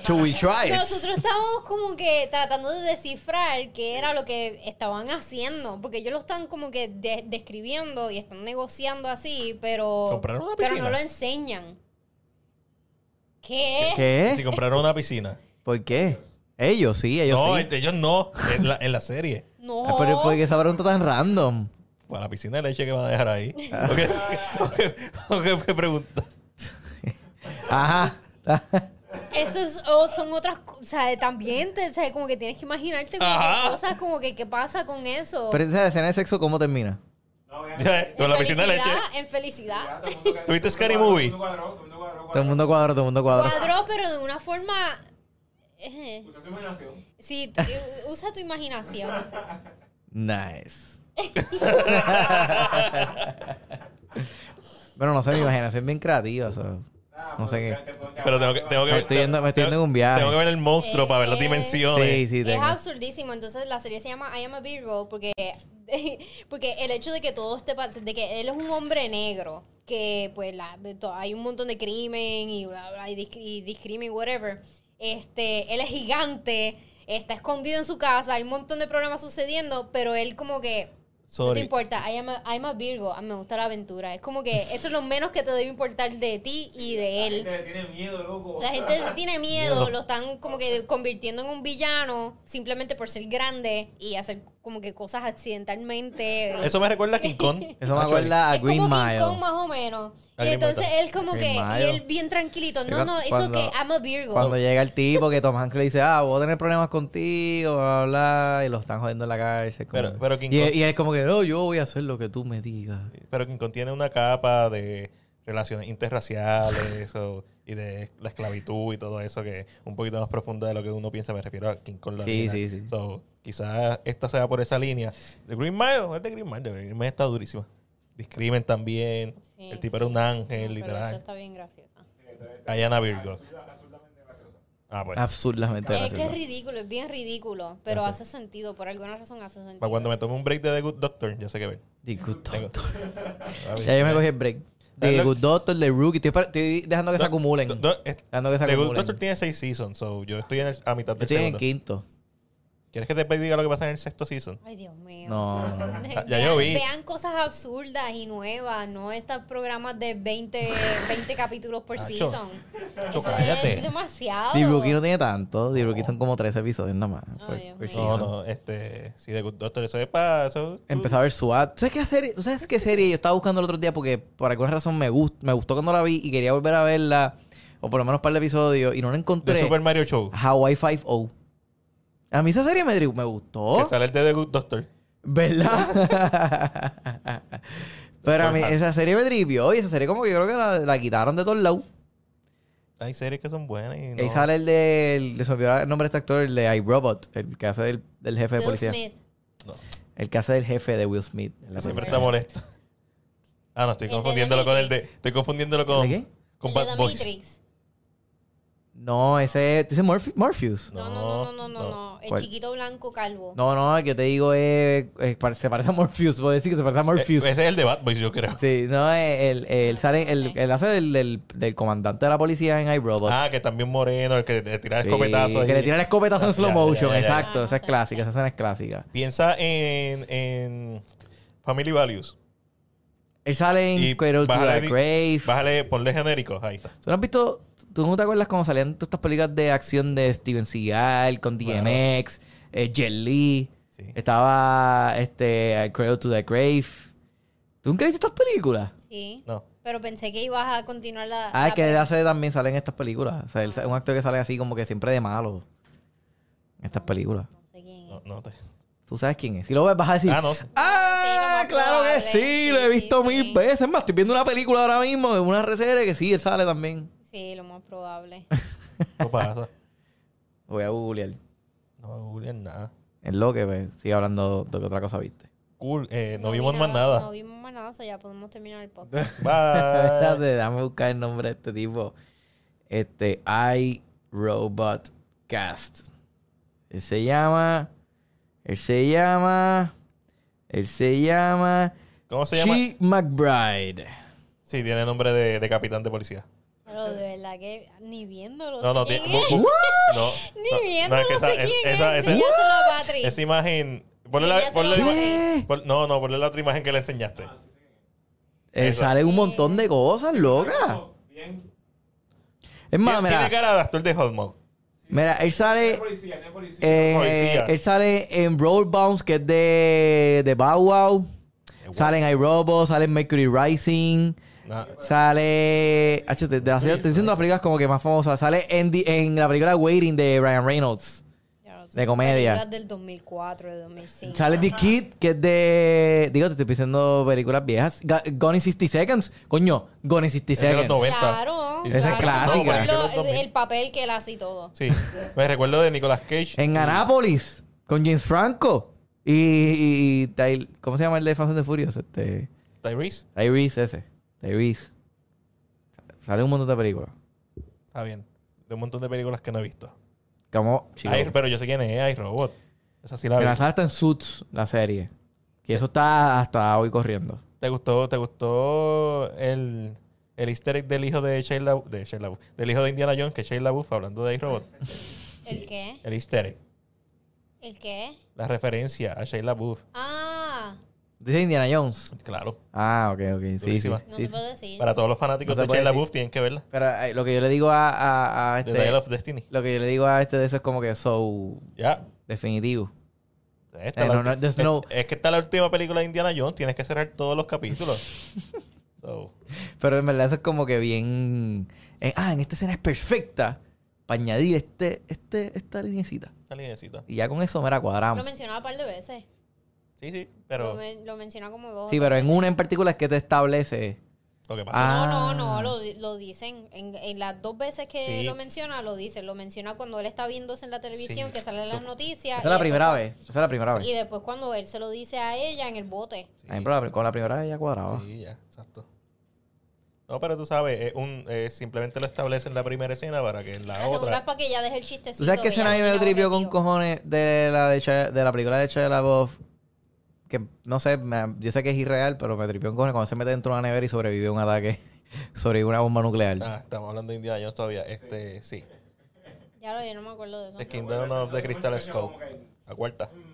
S1: Should we try it?
S3: nosotros estábamos como que tratando de descifrar qué era lo que estaban haciendo, porque ellos lo están como que de- describiendo y están negociando así, pero,
S2: Compraron una
S3: pero
S2: piscina.
S3: no lo enseñan. ¿Qué?
S2: Si
S1: ¿Qué?
S2: compraron una piscina.
S1: ¿Por qué? Ellos sí, ellos
S2: no,
S1: sí.
S2: este, ellos no. En la, en la serie.
S3: No.
S1: Ah, Pero, ¿Por qué esa pregunta tan random?
S2: Para la piscina de leche que van Pues a dejar ahí. ¿O qué, o qué- o qué me pregunta?
S1: Ajá.
S3: Eso es- o son otras cosas. O sea, también te, o sea, como que tienes que imaginarte como
S2: Ajá.
S3: que cosas como que qué pasa con eso.
S1: Pero esa escena de sexo, ¿cómo termina?
S4: No, vean.
S2: Ya, eh, Con la piscina de leche.
S3: felicidad, En felicidad.
S4: Ya, todo el mundo cuadró,
S2: ¿Tuviste
S4: todo el
S2: Scary
S4: mundo
S2: Movie?
S4: cuadró, Todo el mundo cuadró,
S1: Todo el
S4: cuadró.
S1: mundo cuadro, todo el mundo cuadro.
S3: Cuadró, pero de una forma. eh,
S4: Usó su imaginación.
S3: sí, t- usa tu imaginación.
S1: Nice. bueno, no sé, mi imaginación es bien creativa. o sea.
S4: Ah,
S1: No sé
S4: pues,
S1: qué.
S4: te- te- te-
S2: Pero tengo que, tengo que
S1: Me
S2: ver.
S1: estoy yendo- me estoy
S2: tengo-
S1: yendo en un viaje.
S2: Tengo que ver el monstruo para ver las
S3: Eh,
S1: Sí,
S2: dimensiones.
S1: sí,
S3: Es
S1: tengo.
S3: absurdísimo. Entonces la serie se llama I Am a Virgo porque, porque el hecho de que todo este pase, de que él es un hombre negro, que pues la, de to- hay un montón de crimen y bla bla y, discri- y discrimen whatever. Este, él es gigante, está escondido en su casa, hay un montón de problemas sucediendo, pero él como que no te
S2: Sorry.
S3: importa, I am a, I'm a Virgo, Ah, me gusta la aventura. Es como que eso es lo menos que te debe importar de ti y de él.
S4: te- Tiene miedo, loco. Ah.
S3: La gente le tiene miedo, lo están como que convirtiendo en un villano simplemente por ser grande y hacer como que cosas accidentalmente.
S2: Eso me recuerda a King Kong.
S1: Eso me acuerda a
S3: Es como
S1: Green
S3: King Kong
S1: Mile.
S3: más o menos.
S2: A
S3: Y
S2: Green
S3: entonces
S2: Mile.
S3: él como
S1: Green
S3: que, y
S1: Mile.
S3: él bien tranquilito, no,
S1: Creo
S3: no, eso
S1: cuando-
S3: que I'm a Virgo.
S1: Cuando llega el tipo que Tom Hanks le dice, ah, voy a tener problemas contigo, bla, bla, bla, y lo están jodiendo en la cárcel. como-
S2: Pero- pero King
S1: y,
S2: Kong-
S1: y es como que, no, yo voy a hacer lo que tú me digas.
S2: Pero que contiene una capa de relaciones interraciales o- y de la esclavitud y todo eso que es un poquito más profunda de lo que uno piensa. Me refiero a King Kong. la
S1: Sí,
S2: original.
S1: sí, sí.
S2: So, quizás esta sea por esa línea. The Green Mile, es de Green Mile. The Green Mile está durísima. Discrimen también.
S3: Sí,
S2: el tipo
S3: sí.
S2: era un ángel,
S3: Pero eso
S2: literal.
S3: está bien graciosa.
S2: Diana Virgo. Ah, pues.
S1: Absurdamente
S3: Es que es
S1: gracioso.
S3: ridículo, es bien ridículo, pero
S2: Gracias.
S3: hace sentido, por alguna razón hace sentido.
S2: Para cuando me tome un break de The Good Doctor, ya sé qué ver.
S1: Disgusto.
S2: Tengo-
S1: Ya yo me cogí el break.
S2: Ah,
S1: De
S2: lo-
S1: Good Doctor, de Rookie. Estoy, par- estoy dejando que se acumulen.
S2: Do- do- es-
S1: Dejando que se
S2: The Good
S1: acumulen.
S2: Doctor tiene seis seasons, so yo estoy en el- a mitad
S1: Yo
S2: del
S1: estoy en
S2: segundo.
S1: quinto.
S2: ¿Quieres que te diga lo que pasa en el sexto season?
S3: Ay, Dios mío.
S1: No, no, no.
S3: Vean,
S2: Ya yo vi.
S3: vean cosas absurdas y nuevas, no estos programas de 20, 20 capítulos por
S2: Nacho,
S3: season.
S2: Nacho,
S3: Eso
S2: cállate.
S3: es demasiado.
S1: The Rookie no tiene tanto. The Rookie son como tres episodios nada más.
S3: Oh. Ay,
S1: por-
S3: Dios
S1: por
S3: mío.
S2: Oh. No,
S1: season.
S2: no, este. Sí, The Good Doctor, eso es para. Eso,
S1: Empezaba a ver SWAT. ¿Tú sabes qué serie? ¿Tú sabes qué serie? Yo estaba buscando el otro día porque por alguna razón me, gust- me gustó cuando la vi y quería volver a verla. O por lo menos para el episodio. Y no la
S2: De
S1: encontré.
S2: Super Mario Show.
S1: Hawaii 5-0. A mí esa serie me, dri- me gustó.
S2: Que sale el de The Good Doctor.
S1: ¿Verdad? Pero a mí esa serie me tripió. Y esa serie como que yo creo que la, la quitaron de todos lados.
S2: Hay series que son buenas y
S1: Ahí
S2: no.
S1: sale el del... Se me olvidó el nombre de este actor. El de iRobot. El que hace del, del jefe de
S3: Will
S1: policía.
S3: Smith.
S1: El que hace del jefe de Will Smith. en la
S2: Siempre está
S1: película.
S2: molesto. Ah, no, estoy
S3: El de
S2: confundiéndolo
S3: The
S2: con el de.
S3: Matrix.
S2: Estoy confundiéndolo con.
S1: ¿El de qué?
S2: Con
S3: El de
S2: Bad
S3: The
S2: Boys.
S3: Matrix.
S1: No, ese... ¿Tú dices Morphe- Morpheus?
S3: No, no, no, no,
S2: No,
S3: no, no, no. El
S1: ¿cuál?
S3: chiquito blanco calvo.
S1: No, no, el que te digo es... es pare- se parece a Morpheus. Puedo decir que se parece a
S2: Eh,
S1: Morpheus.
S2: ese es el de Bad Boys, yo creo.
S1: Sí, no, él, él sale... Él, él hace del, del, del comandante de la policía en iRobot.
S2: Ah, que también Moreno, el que le tira el
S1: Sí,
S2: escopetazo. ahí.
S1: Que le tiran el escopetazo
S2: Ah,
S1: en slow
S2: ya, ya,
S1: motion,
S2: ya, ya, ya.
S1: exacto.
S3: Ah,
S1: esa es
S3: sí,
S1: clásica,
S3: sí.
S1: esa escena es clásica.
S2: Piensa en, en Family Values.
S1: Él sale en
S2: Y
S1: Cradle to
S2: bájale
S1: the
S2: di-
S1: Grave.
S2: Bájale, ponle genéricos. Ahí está.
S1: ¿Tú no has visto? ¿Tú no te acuerdas cuando salían todas estas películas de acción de Steven Seagal con
S2: Claro.
S1: DMX, eh, Jet Li?
S2: Sí.
S1: Estaba este, Cradle to the Grave. ¿Tú nunca viste estas películas?
S3: Sí.
S2: No.
S3: Pero pensé que ibas a continuar la.
S1: Ah, es
S3: la
S1: que él
S3: pre-
S1: hace también salen estas películas. O sea, él- un actor que sale así como que siempre de malo. En estas películas.
S3: No sé quién es.
S2: No, no te-
S1: ¿Tú sabes quién es? Si lo ves, vas a decir.
S2: Ah, no. sí.
S1: ¡Ah!
S3: Sí, lo más
S1: claro que
S3: probable.
S1: sí, lo he
S3: Sí,
S1: visto
S3: sí,
S1: mil
S3: sí.
S1: veces. Es más, estoy viendo una película ahora mismo de una reserie que sí, él sale también.
S3: Sí, lo más probable.
S2: No pasa.
S1: Voy a googlear.
S2: No va a googlear nada.
S1: Es lo que pues, sigue hablando de que otra cosa viste.
S2: Cool. Eh, no,
S3: vi
S2: vimos más nada.
S3: No vimos más nada, so ya podemos terminar el podcast.
S2: Bye.
S1: Espérate, dame buscar el nombre de este tipo. Este, I Robot Cast. Él se llama. Él se llama. Él se llama.
S2: ¿Cómo se llama?
S1: She McBride.
S2: Sí, tiene nombre de, de capitán de policía.
S3: Pero de verdad que ni viéndolo.
S2: No, no,
S3: sé
S2: tiene.
S3: quién
S2: bu-
S3: es.
S2: bu- No, no,
S3: Ni
S2: no,
S3: viéndolo,
S2: es que
S3: sé
S2: esa- es-
S3: quién es.
S2: esa- esa-
S3: Enséñaselo a Patrick.
S2: Esa imagen. Ponle la,
S3: Enséñaselo
S2: ponle
S3: a
S2: la-
S1: Patrick.
S2: pon- no, no, ponle la otra imagen que le enseñaste.
S1: Ah, Él
S2: Eso.
S1: sale en un montón de cosas, loca.
S4: No, Bien.
S1: Es más,
S2: Tiene-
S1: mira.
S2: Tiene cara de actor de Hot Mug.
S1: Mira, él
S4: Tiene
S1: sale.
S4: policía, tiene policía.
S1: eh,
S2: Policía.
S1: él sale en Road Bounce, que es de, de Bow Wow.
S2: wow.
S1: Sale en iRobot, sale en Mercury Rising.
S2: Nah,
S1: Sale. Hacho, te, te- te- te estoy diciendo las películas como que más famosas. Sale en, di- en la película Waiting de Ryan Reynolds.
S3: Ya, son
S1: De comedia.
S3: películas del 2004, de 2005.
S1: Sale The Kid, que es de. Digo, te estoy diciendo películas viejas. Ga- Gone in 60 Seconds. Coño, Gone in 60
S2: Es de los
S1: Seconds.
S2: 90.
S3: Claro.
S2: Y-
S1: Esa es
S3: claro.
S1: clásica.
S3: Yo me acuerdo
S2: Los 2000.
S3: el papel que él hace y todo.
S2: Sí, me recuerdo de Nicolas Cage.
S1: En Anápolis, con James Franco. Y. y- y Ty- ¿Cómo se llama el de Fast and the Furious? Este.
S2: Tyrese.
S1: Tyrese ese. Tyrese. Sale un montón de películas.
S2: Está bien. De un montón de películas que no he visto.
S1: Como. chico,
S2: Ay, pero yo sé quién es, I, Robot. Esa sí la vi.
S1: Mira, sale hasta en Suits, la serie. Y eso está hasta hoy corriendo.
S2: ¿Te gustó, te gustó el, el easter egg del hijo de Shia LaBeouf- de Shia LaBeouf, del hijo de Indiana Jones, que es Shia LaBeouf, hablando de iRobot?
S3: ¿El qué?
S2: El easter egg,
S3: ¿El qué?
S2: la referencia a Shia LaBeouf.
S3: Ah,
S1: Dice Indiana Jones.
S2: Claro,
S1: Ah, ok, ok. Sí, sí,
S2: Durísima.
S3: no
S1: sí,
S3: se
S1: sí.
S3: puede decir.
S2: para todos los fanáticos
S1: No se
S2: de
S1: puede
S2: Shia
S1: decir.
S2: LaBeouf tienen que verla.
S1: Pero eh, lo que yo le digo a, a- a
S2: The Dial
S1: este.
S2: of Destiny.
S1: Lo que yo le digo a este de eso es como que so
S2: Ya.
S1: definitivo.
S2: Esta
S1: Eh,
S2: la
S1: no, no,
S2: ulti-
S1: there's no-
S2: es, es que está la última película de Indiana Jones, tienes que cerrar todos los capítulos. So,
S1: Pero en verdad eso es como que bien. eh, ah, en esta escena es perfecta. Para añadir este, este, esta linecita.
S2: esa linecita.
S1: Y ya con eso, mira,
S3: Lo
S1: cuadramos.
S3: mencionaba un par de veces.
S2: Sí, sí,
S3: Lo,
S2: pero
S3: men- lo menciona como dos.
S1: Sí, pero en una en particular es que te establece.
S2: lo que pasa.
S1: Ah,
S3: No, no, no, lo, di- lo dicen. En, en las dos veces que
S2: Sí.
S3: lo menciona, lo dicen. Lo menciona cuando él está viéndose en la televisión,
S2: Sí.
S3: que salen
S2: Eso-
S3: las noticias.
S1: Esa es
S3: y
S1: la
S3: después
S1: primera
S3: cuando-
S1: vez. Esa es la primera vez.
S3: Y después cuando él se lo dice a ella en el bote.
S2: Sí.
S1: A mí, pero la- con la primera vez ya cuadraba.
S2: Sí, ya, exacto. No, pero tú sabes, es un, eh, simplemente lo establece en la primera escena para que en la,
S3: La segunda es
S2: otra.
S3: para que ella deje el chistecito.
S1: ¿Tú sabes qué
S3: que ya
S1: escena a mí
S3: lo
S1: me
S3: tiene
S1: tripió con
S3: aborrecido.
S1: cojones de la, de, Shia- de la película de Shia LaBeouf? Que no sé, me- yo sé que es irreal, pero me tripió con cojones cuando se mete dentro de una nevera y sobrevive a un ataque, sobrevive a una bomba nuclear.
S2: Ah, estamos hablando de Indiana Jones todavía. Este, sí.
S3: Ya lo yo no me acuerdo de eso.
S2: The Kingdom of the Crystal Skull. La cuarta.
S4: mm,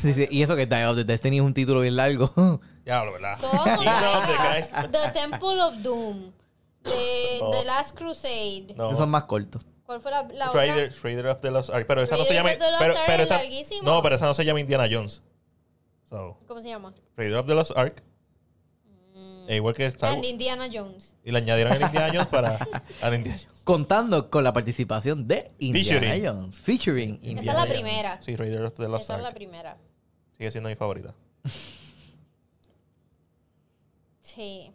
S1: Sí, sí, Y eso que Dial of the Destiny es un título bien largo.
S2: Ya, lo verdad.
S3: So,
S2: Kingdom of the Christ.
S3: The Temple of Doom. The,
S2: No.
S3: The Last Crusade.
S2: No.
S1: Esos son más cortos.
S3: ¿Cuál fue la, la otra?
S2: Trader, Trader of the Lost Ark. Pero esa no se llama.
S3: Raiders of the Lost
S2: Pero,
S3: Ark
S2: pero
S3: es
S2: esa,
S3: larguísimo.
S2: no, pero esa no se llama Indiana Jones. So,
S3: ¿Cómo se llama?
S2: Trader of the Lost Ark.
S3: Mm.
S2: E igual que Star
S3: And
S2: Wars.
S3: Indiana Jones.
S2: Y le añadieron el Indiana Jones para. al Indiana Jones.
S1: Contando con la participación de Indiana
S2: Featuring.
S1: Jones. Featuring
S3: es
S1: Indiana
S3: la
S1: Jones.
S3: primera.
S2: Sí, Trader of the Lost
S3: Esa es la
S2: Ark.
S3: primera.
S2: Sigue siendo mi favorita.
S3: Sí.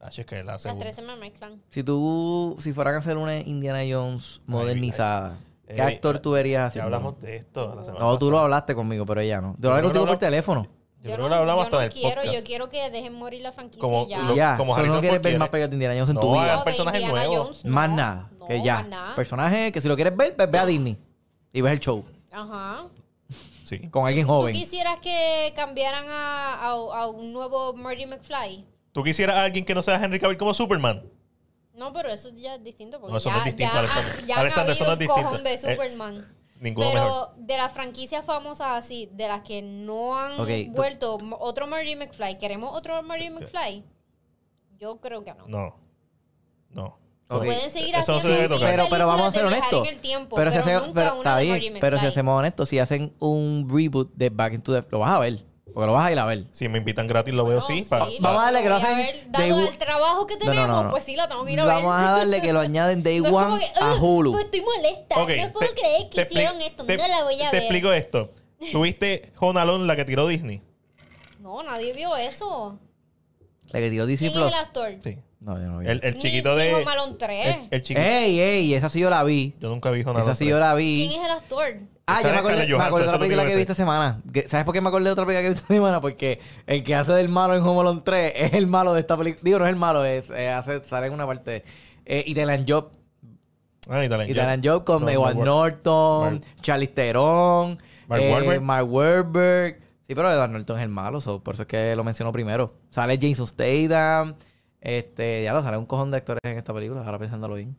S2: Ah, es que la
S3: Las
S2: segunda.
S3: tres se me mezclan.
S1: Si tú, si fueran a hacer una Indiana Jones modernizada,
S2: ay.
S1: ¿qué
S2: Ey,
S1: actor tú verías
S2: Ya
S1: haciendo?
S2: hablamos de esto la semana
S1: No, tú lo
S2: pasada.
S1: hablaste conmigo, pero ella no. Yo lo
S2: creo que
S1: hablé contigo
S2: lo
S1: por
S2: hablamos-
S1: teléfono.
S2: Yo, creo que lo hablamos hasta
S3: no
S2: en el
S3: quiero,
S2: podcast.
S3: yo quiero que dejen morir la franquicia
S2: Como-
S3: ya.
S2: lo-
S3: No,
S1: Ya,
S2: como
S1: solo no
S2: Harrison
S1: quieres
S2: Ford
S1: ver más
S2: quiere.
S1: películas de Indiana Jones en tu
S2: No,
S1: vida.
S2: hagan
S3: de
S2: personajes
S3: Indiana
S2: nuevos.
S3: Jones, no,
S1: Más nada.
S3: no,
S1: que ya. Pues,
S3: más nada.
S1: Personaje que si lo quieres ver, ve, ve a Disney. Y ves el show.
S3: Ajá.
S2: Sí.
S1: Con alguien
S3: ¿Tú
S1: joven.
S3: quisieras que cambiaran a, a- a un nuevo Marty McFly?
S2: ¿Tú quisieras a alguien que no sea Henry Cavill como Superman?
S3: No, pero eso ya es distinto. Porque
S2: No, eso
S3: ya,
S2: no es distinto,
S3: ya,
S2: Alexander.
S3: han- ya han
S2: Alexander, eso
S3: habido
S2: no es
S3: un cojón de
S2: distinto. Eh,
S3: Superman.
S2: Ninguno
S3: pero
S2: mejor.
S3: de las franquicias famosas así, de las que no han
S1: Ok, tú-
S3: vuelto, m- otro Marty McFly. ¿Queremos otro Marty McFly? Yo creo que no.
S2: No. No.
S1: Ok.
S3: Pueden seguir
S2: Eso no se
S3: haciendo
S2: debe
S3: mil
S2: tocar.
S1: Pero, pero vamos a
S3: películas
S1: ser
S3: de viajar
S1: honestos.
S3: en el tiempo,
S1: pero, si
S3: pero
S1: hacemos,
S3: nunca
S1: pero,
S3: una
S1: está
S3: de
S1: bien,
S3: Marty
S1: pero si
S3: McFly.
S1: hacemos honestos, si hacen un reboot de Back into the lo vas a ver. Porque lo vas a ir a ver.
S2: Si me invitan gratis, lo veo,
S3: No,
S2: sí.
S3: sí,
S2: pa-
S3: lo
S2: pa-
S1: Vamos a darle que lo
S3: voy
S1: hacen
S3: ver. Dado
S1: de-
S3: el trabajo que
S1: No, no,
S3: tenemos,
S1: no, no.
S3: pues sí, la tengo que ir a ver.
S1: Vamos a darle que lo añaden Day
S3: No es como
S1: One
S3: que,
S1: a
S3: "Ugh,
S1: Hulu.
S3: Pues estoy molesta.
S2: Ok,
S3: no puedo
S2: te-
S3: creer que
S2: te
S3: hicieron
S2: expli-
S3: esto.
S2: te-
S3: no la voy a
S2: Te
S3: ver.
S2: explico esto. Tuviste Jonalón, la que tiró Disney.
S3: No, nadie vio eso.
S1: La que tiró Disney
S3: ¿Quién es
S1: Plus.
S3: el actor?
S2: Sí.
S1: No, yo no vi.
S2: El, el
S3: Ni-
S2: chiquito
S3: ni
S2: de.
S3: Home Alone 3.
S2: El, el chiquito.
S1: Ey, ey, esa sí yo la vi.
S2: Yo nunca vi Jonalón.
S1: ¿Eh? Esa sí yo la vi.
S3: ¿Quién es el actor?
S1: Ah,
S2: Esa
S1: ya
S2: era
S1: me acordé,
S2: Scarlett
S1: me acordé de
S2: Johansson,
S1: otra
S2: eso es lo
S1: película
S2: que
S1: que
S2: yo
S1: vi esta semana. Que- ¿Sabes por qué me acordé de otra película que vi esta semana? Porque el que hace del malo en Home Alone 3 es el malo de esta película. Digo, no es el malo, es, eh, hace, sale en una parte. Eh, Italian Job.
S2: Ah, Italian Job.
S1: Italian Job con
S2: Con
S1: Edward
S2: Mark-
S1: Norton,
S2: Mark-
S1: Charlize Theron,
S2: Mark
S1: eh,
S2: Wahlberg.
S1: Mark Wahlberg. Sí, pero Edward Norton es el malo, so, por eso es que lo menciono primero. Sale Jason Statham. Este, ya lo sale un cojón de actores en esta película, ahora pensándolo bien.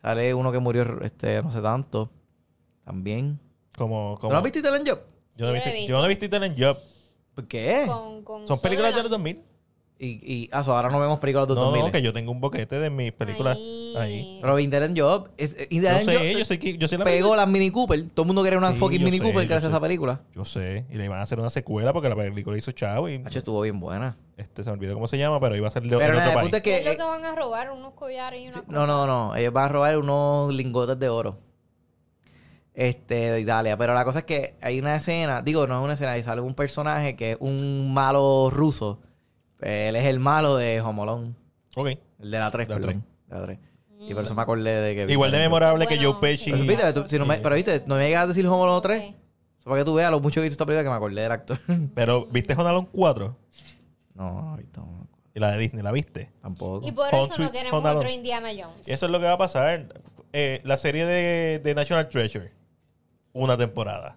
S1: Sale uno que murió este, no sé tanto. También.
S2: Como,
S1: ¿No
S2: como.
S1: lo has visto Italian Job?
S2: Yo no he
S3: Sí, yo la he
S2: visto, yo no he visto Italian Job.
S1: ¿Por qué?
S3: Con, con
S2: Son películas de los
S3: Sutherland.
S2: 2000.
S1: Y, y ah, so, ahora no vemos películas de los
S2: No,
S1: 2000.
S2: no, que yo tengo un boquete de mis películas
S3: Ahí.
S2: ahí.
S1: Pero Indiana Job,
S2: Yo
S1: Indiana
S2: sé,
S1: Job
S2: yo sé que yo sé la
S1: pegó las Mini Cooper. Todo el mundo quería una
S2: Sí,
S1: fucking
S2: yo
S1: Mini
S2: sé,
S1: Cooper
S2: yo
S1: gracias a
S2: sé.
S1: esa película.
S2: Yo sé, y le iban a hacer una secuela porque la película hizo chavo y
S1: Hacho, estuvo bien buena.
S2: este se me olvidó cómo se llama, pero iba a ser de en
S1: Pero nada,
S2: otro
S1: el
S2: país.
S1: punto es
S3: ¿Qué
S1: que... eh,
S3: es lo que van a robar? Unos collares y
S1: Sí,
S3: una cosa.
S1: No, no, no. Ellos van a robar unos lingotes de oro. Este, de Italia. Pero la cosa es que hay una escena, digo, no es una escena, ahí sale un personaje que es un malo ruso. Eh, Él es el malo de Homolón.
S2: Ok.
S1: El de la 3,
S2: La
S1: perdón. La 3. Y
S3: Mm.
S1: por eso me acordé de que.
S2: Igual de memorable que
S3: Bueno,
S2: Joe Pesci.
S1: Pero, viste, tú- si no me- pero viste, no me llegas a decir Homolón 3.
S3: Ok.
S1: Eso para que tú veas lo mucho que hizo esta película que me acordé del actor. no,
S2: Pero, ¿viste Honalon 4?
S1: no, he visto, no,
S2: Y la de Disney, ¿la viste?
S1: tampoco.
S3: Y por
S2: Home
S3: eso no
S2: Sweet
S3: queremos
S2: Home Alone.
S3: otro Indiana Jones.
S2: Eso es lo que va a pasar. Eh, la serie de, de National Treasure. Una temporada.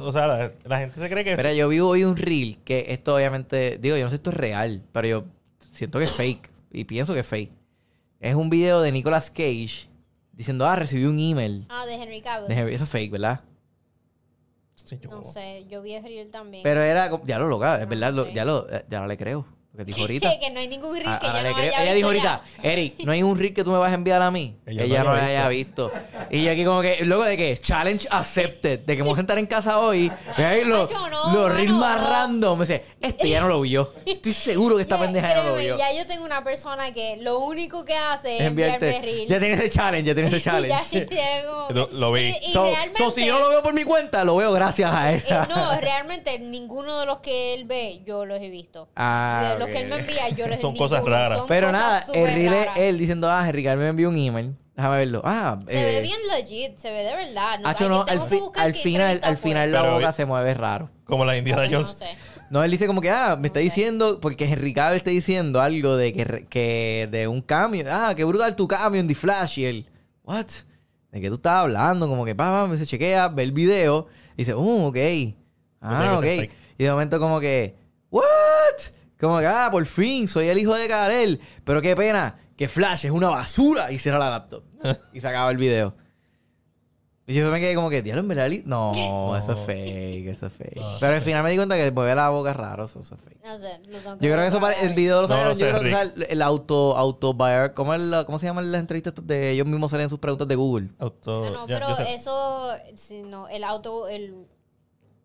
S2: o sea, la, la gente se cree que...
S1: Mira, yo vi hoy un reel que esto obviamente, digo, yo no sé si esto es real, pero yo siento que es fake y pienso que es fake. Es un video de Nicolas Cage diciendo, ah, recibí un email.
S3: Ah, de Henry Cavill.
S1: de Henry". Eso es fake, ¿verdad?
S2: Sí, yo-
S3: No sé, yo vi el reel también.
S1: Pero era, como- ya lo loca, es verdad, lo-
S3: ok.
S1: ya lo, ya lo le creo, lo que dijo ahorita.
S3: que no hay ningún reel
S1: Ah,
S3: que
S1: ahora
S3: yo
S1: le
S3: no
S1: creo.
S3: haya
S1: Ella
S3: visto
S1: dijo
S3: ya.
S1: ahorita, Eric, no hay un reel que tú me vas a enviar a mí.
S2: Ella
S1: Ella,
S2: no
S1: no
S2: había
S1: la haya visto. Y yo aquí como que, luego de que, challenge accepted, de que vamos a sentar en casa hoy, y ahí lo-
S3: Macho, no,
S1: los reels
S3: mano,
S1: más
S3: no.
S1: random. Me dice, este ya no lo vio. Estoy seguro que esta
S3: Ya,
S1: pendeja ya no lo
S3: créeme,
S1: vio.
S3: ya yo tengo una persona que lo único que hace es enviarme
S1: Enviarte.
S3: reel.
S1: Ya tiene ese challenge, ya tiene ese
S3: Y
S1: challenge.
S3: ya yo como-
S2: Lo- lo vi.
S3: Y, y
S1: so,
S3: realmente,
S1: so, si yo lo veo por mi cuenta, lo veo gracias a esa.
S3: eh, no, realmente ninguno de los que él ve, yo los he visto.
S1: Ah,
S3: de los
S1: ok.
S3: que él me envía, yo los he
S2: Son cosas
S3: ninguno,
S2: raras.
S3: son
S1: Pero
S3: cosas
S1: nada,
S3: súper
S1: el reel es
S3: raras.
S1: él diciendo, ah, Henry Carmen me envió un email. Déjame verlo. Ah,
S3: Se
S1: eh,
S3: ve bien legit, se ve de verdad. No,
S1: Hacho,
S3: Ay,
S1: no,
S3: yo tengo
S1: al,
S3: que
S1: fi-
S3: buscar
S1: al
S3: qué
S1: final,
S3: entrevista
S1: al
S3: fue.
S1: final la
S2: Pero,
S1: boca
S2: eh,
S1: se mueve raro.
S2: Como la de Indiana
S3: Ay, no
S2: Jones.
S3: sé.
S1: No, él dice como que, ah, me está
S3: Ok.
S1: diciendo, porque Henry Cavill está diciendo algo de que, re- que de un cambio. Ah, qué brutal tu cambio en The Flash. Y él, what? ¿De qué tú estabas hablando? Como que, papá, me dice, chequea, ve el video. Y dice, uh, ok. Ah,
S2: Yo tengo ese
S1: ok.
S2: fake.
S1: Y de momento como que, what? Como que, ah, por fin, soy el hijo de Karel. Pero qué pena, que Flash es una basura. Y cierra la laptop. y se acaba el video. Y yo me quedé como que, diablo, en verdad, li- No, eso es fake, eso es fake. Pero al final me di cuenta que mover la boca es raro, eso, eso es fake.
S3: No sé, lo tengo que
S1: Yo creo que eso
S3: buscar
S1: para el
S3: ahí.
S1: video lo
S2: No,
S1: sacaron,
S2: no
S1: yo
S2: sé,
S1: creo que
S2: Rick.
S1: sale el auto auto buyer, ¿cómo, es la- ¿cómo se llaman las entrevistas estas de ellos mismos salen sus preguntas de Google?
S2: Auto-
S3: Ah, no,
S2: Oh, ya-
S3: pero
S2: ya sé.
S3: eso, sí, no, el auto, el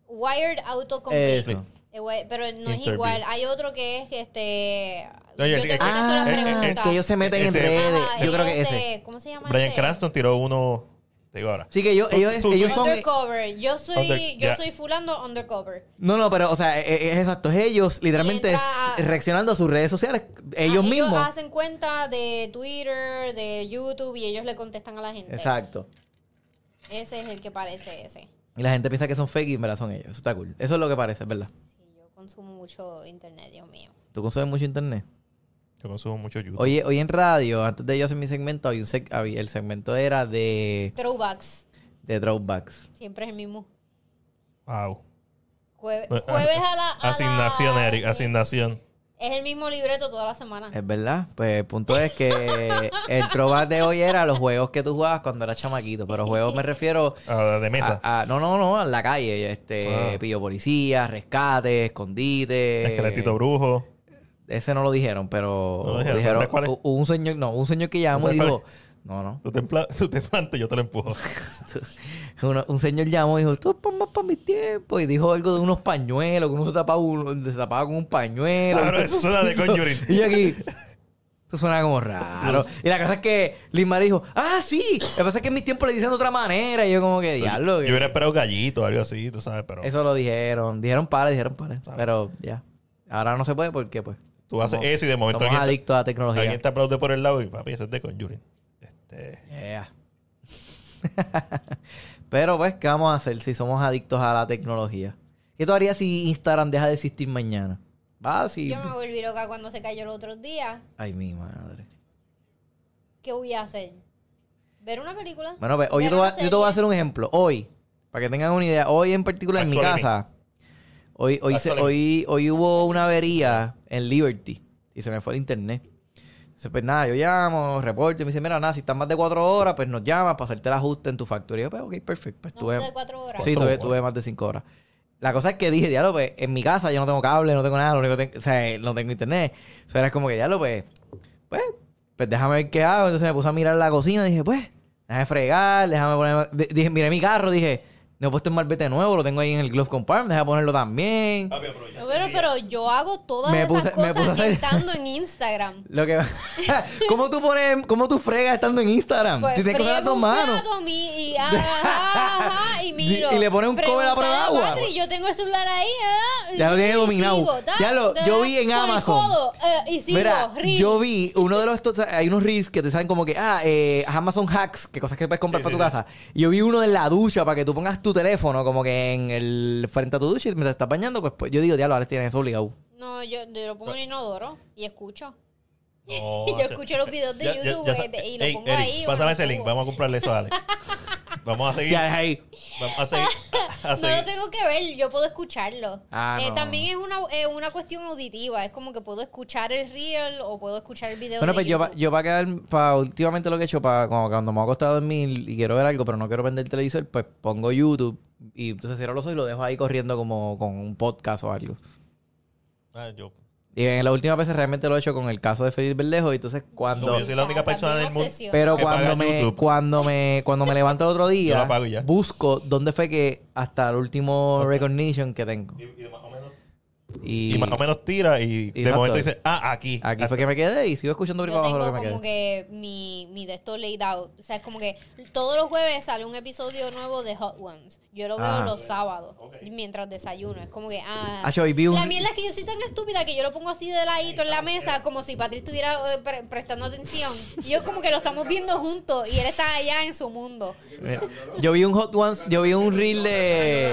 S3: wired autocomplete.
S1: Eso.
S3: Eh, güey, Pero no es
S2: Interview.
S3: igual. Hay otro que es este.
S2: No, yo-
S3: yo tengo
S2: Ah,
S3: una sola
S2: eh, eh,
S1: Ah,
S3: pregunta.
S1: que ellos se meten en
S2: Este-
S1: redes.
S3: Ajá,
S1: Yo creo
S3: ellos
S1: que ese.
S3: de- ¿Cómo se llama?
S2: Brian
S3: ese?
S2: Cranston tiró uno... Te digo ahora.
S1: Sí, que ellos,
S2: Tú-
S1: ellos,
S2: tú- tú-
S1: ellos son. e-,
S3: Undercover. Yo soy,
S2: Under-
S3: yo
S2: ya.
S3: soy fulano undercover.
S1: No, no, pero, o sea, es, es exacto. Es ellos literalmente
S3: Y entra-
S1: s- reaccionando a sus redes sociales,
S3: Ah,
S1: ellos mismos.
S3: Ellos hacen cuenta de Twitter, de YouTube y ellos le contestan a la gente.
S1: Exacto.
S3: Ese es el que parece ese.
S1: Y la gente piensa que son fake y en verdad son ellos. Eso está cool. Eso es lo que parece, es verdad.
S3: Sí, yo consumo mucho internet, Dios mío.
S1: Tú consumes mucho internet.
S2: Yo consumo mucho YouTube.
S1: Oye, hoy en radio, antes de yo hacer mi segmento, había un seg- había- el segmento era de,
S3: Throwbacks.
S1: de throwbacks.
S3: Siempre es el mismo.
S2: Wow.
S3: Jue- jueves a la. a
S2: ah, Asignación,
S3: la-
S2: Eric, asignación.
S3: Es el mismo libreto toda la semana.
S1: Es verdad. Pues el punto es que el throwback de hoy era los juegos que tú jugabas cuando eras chamaquito. Pero juegos me refiero
S2: Ah, de mesa.
S1: a, a- no, no, no, a la calle. Este,
S2: Ah.
S1: pillo policía, rescate, escondite.
S2: Esqueletito brujo.
S1: Ese no lo dijeron, pero
S2: No lo dijeron.
S1: dijeron,
S2: ¿Sabes cuál es?
S1: hu- hubo un señor, no, hubo un señor que llamó y
S2: ¿Sabes cuál
S1: dijo, no, no.
S2: Tú te, empla- tú te plantas y yo te lo empujo.
S1: Uno- un señor llamó y dijo, esto es para más para mi tiempo. Y dijo algo de unos pañuelos, que uno se tapaba, uno- se tapaba con un pañuelo.
S2: Claro, eso suena de Conjuring.
S1: Y yo aquí, esto suena como raro. Y la cosa es que Lismar dijo, ah, sí. Lo que pasa es que en mi tiempo le dicen de otra manera. Y yo como que, diablo. que-
S2: Yo hubiera esperado gallito o algo así, tú sabes, pero
S1: Eso lo dijeron. Dijeron para, dijeron para.
S2: Sabe.
S1: Pero ya. Ahora no se puede porque, pues,
S2: tú haces
S1: somos-
S2: eso y de momento
S1: somos
S2: alguien,
S1: adictos a la
S2: te,
S1: tecnología.
S2: alguien te aplaude por el lado y papi, eso es de Conjuring. Este,
S1: Yeah. Pero pues, ¿qué vamos a hacer si somos adictos a la tecnología? ¿Qué tú harías si Instagram deja de existir mañana? Va, si...
S3: Yo me volví loca cuando se cayó el otro día.
S1: Ay, mi madre.
S3: ¿Qué voy a hacer? ¿Ver una película?
S1: Bueno, pues, hoy yo
S3: Ver
S1: te, voy
S3: una
S1: a, yo te voy a hacer un ejemplo. Hoy, para que tengan una idea, hoy en particular en mi
S2: Actually me.
S1: casa, hoy, hoy, se-
S2: Actually me.
S1: hoy, hoy hubo una avería en Liberty y se me fue el internet. Entonces, pues nada, yo llamo, reporte, y me dice, mira, nada, si estás más de cuatro horas, pues nos llamas para hacerte el ajuste en tu factura. Y yo, pues, ok, perfecto. Pues
S3: No,
S1: tú ves-
S3: de cuatro horas.
S1: Sí,
S2: ¿Cuánto?
S1: tuve, tuve más de cinco horas. La cosa es que dije, diablo, pues, en mi casa yo no tengo cable, no tengo nada, lo único que tengo, o sea, no tengo internet. O sea, era como que, diablo, pues, pues, pues déjame ver qué hago. Entonces me puse a mirar la cocina y dije, pues, déjame fregar, déjame poner... de- Dije, miré mi carro, dije, no he puesto el malvete nuevo, lo tengo ahí en el glove compartment, déjame ponerlo también.
S2: Papi, pero ya
S3: No, pero,
S2: te diría.
S3: pero yo hago todas
S1: Me
S3: esas
S1: puse- me puse a
S3: cosas
S1: hacer-
S3: estando en Instagram.
S1: Lo que... ¿Cómo tú pones, cómo tú fregas estando en Instagram?
S3: Pues
S1: si tienes que usar
S3: friego
S1: tus
S3: un
S1: manos.
S3: plato, mi- y, ajá, ajá, ajá, y miro.
S1: Y le pone un cover a
S3: Preguntar
S1: prueba de agua.
S3: Patri, yo tengo el celular ahí. ah,
S1: Ya lo tiene
S3: y
S1: dominado.
S3: sigo, ta,
S1: Ya lo-
S3: ta,
S1: yo vi en
S3: con el
S1: Amazon.
S3: codo, eh, y sigo,
S1: Mira,
S3: reel.
S1: yo vi uno de los... estos- Hay unos reels que te salen como que, ah, eh, Amazon Hacks, que cosas que puedes comprar
S2: Sí,
S1: para
S2: sí,
S1: tu
S2: sí.
S1: casa. Y yo vi uno en la ducha para que tú pongas tu teléfono como que en el... frente a tu ducha y mientras estás bañando, pues, pues, yo digo, diablo, ahora tienes eso obligado.
S3: No, yo, yo lo pongo en inodoro y escucho.
S2: No,
S3: Yo
S2: macho.
S3: escucho los videos de
S2: Ya- ya-
S3: YouTube
S2: ya sa-
S3: eh, de- y lo
S2: Ey,
S3: pongo
S2: Eric,
S3: ahí. o en
S2: Pásame
S3: el
S2: ese link,
S3: cubo.
S2: vamos a comprarle eso a Alex. Vamos a seguir.
S1: Ya, ahí.
S2: Vamos a seguir. a- a
S3: No lo
S2: seguir.
S3: tengo que ver, yo puedo escucharlo.
S1: Ah,
S3: Eh,
S1: no.
S3: También es una, eh, una cuestión auditiva, es como que puedo escuchar el reel o puedo escuchar el video.
S1: Bueno,
S3: de
S1: pues yo, pa-
S3: YouTube.
S1: yo para quedar, para últimamente lo que he hecho, para como cuando me ha costado dormir y quiero ver algo, pero no quiero prender el televisor, pues pongo YouTube y entonces cierro los ojos y lo dejo ahí corriendo como con un podcast o algo.
S2: Ah, yo-
S1: Y en la última vez realmente lo he hecho con el caso de Felipe Berlejo y entonces cuando...
S2: Como yo soy la única
S3: También
S2: persona del mundo.
S3: obsesión.
S1: Pero
S2: Que paga
S1: cuando me,
S2: YouTube.
S1: cuando me cuando me levanto el otro
S2: Yo
S1: día,
S2: la pago y ya.
S1: busco dónde fue que hasta el último recognition que tengo.
S2: Y, y más o menos,
S1: Y,
S2: y más o menos tira y de
S1: Exacto.
S2: momento dice, ah, aquí.
S1: aquí fue que me quedé y sigo escuchando por ahí
S3: Yo
S1: para abajo lo
S3: tengo
S1: que me
S3: como
S1: quedé.
S3: que mi, mi de esto laid out. O sea, es como que todos los jueves sale un episodio nuevo de Hot Ones. Yo lo veo
S1: Ah.
S3: los sábados
S2: Ok.
S3: mientras desayuno. Es como que, ah.
S1: Ah, yo hoy vi un-
S3: La mierda es que yo soy tan estúpida que yo lo pongo así de ladito en la mesa como si Patrick estuviera eh, pre- prestando atención. Y yo como que lo estamos viendo juntos y él está allá en su mundo.
S1: Mira, yo vi un Hot Ones, yo vi un reel de...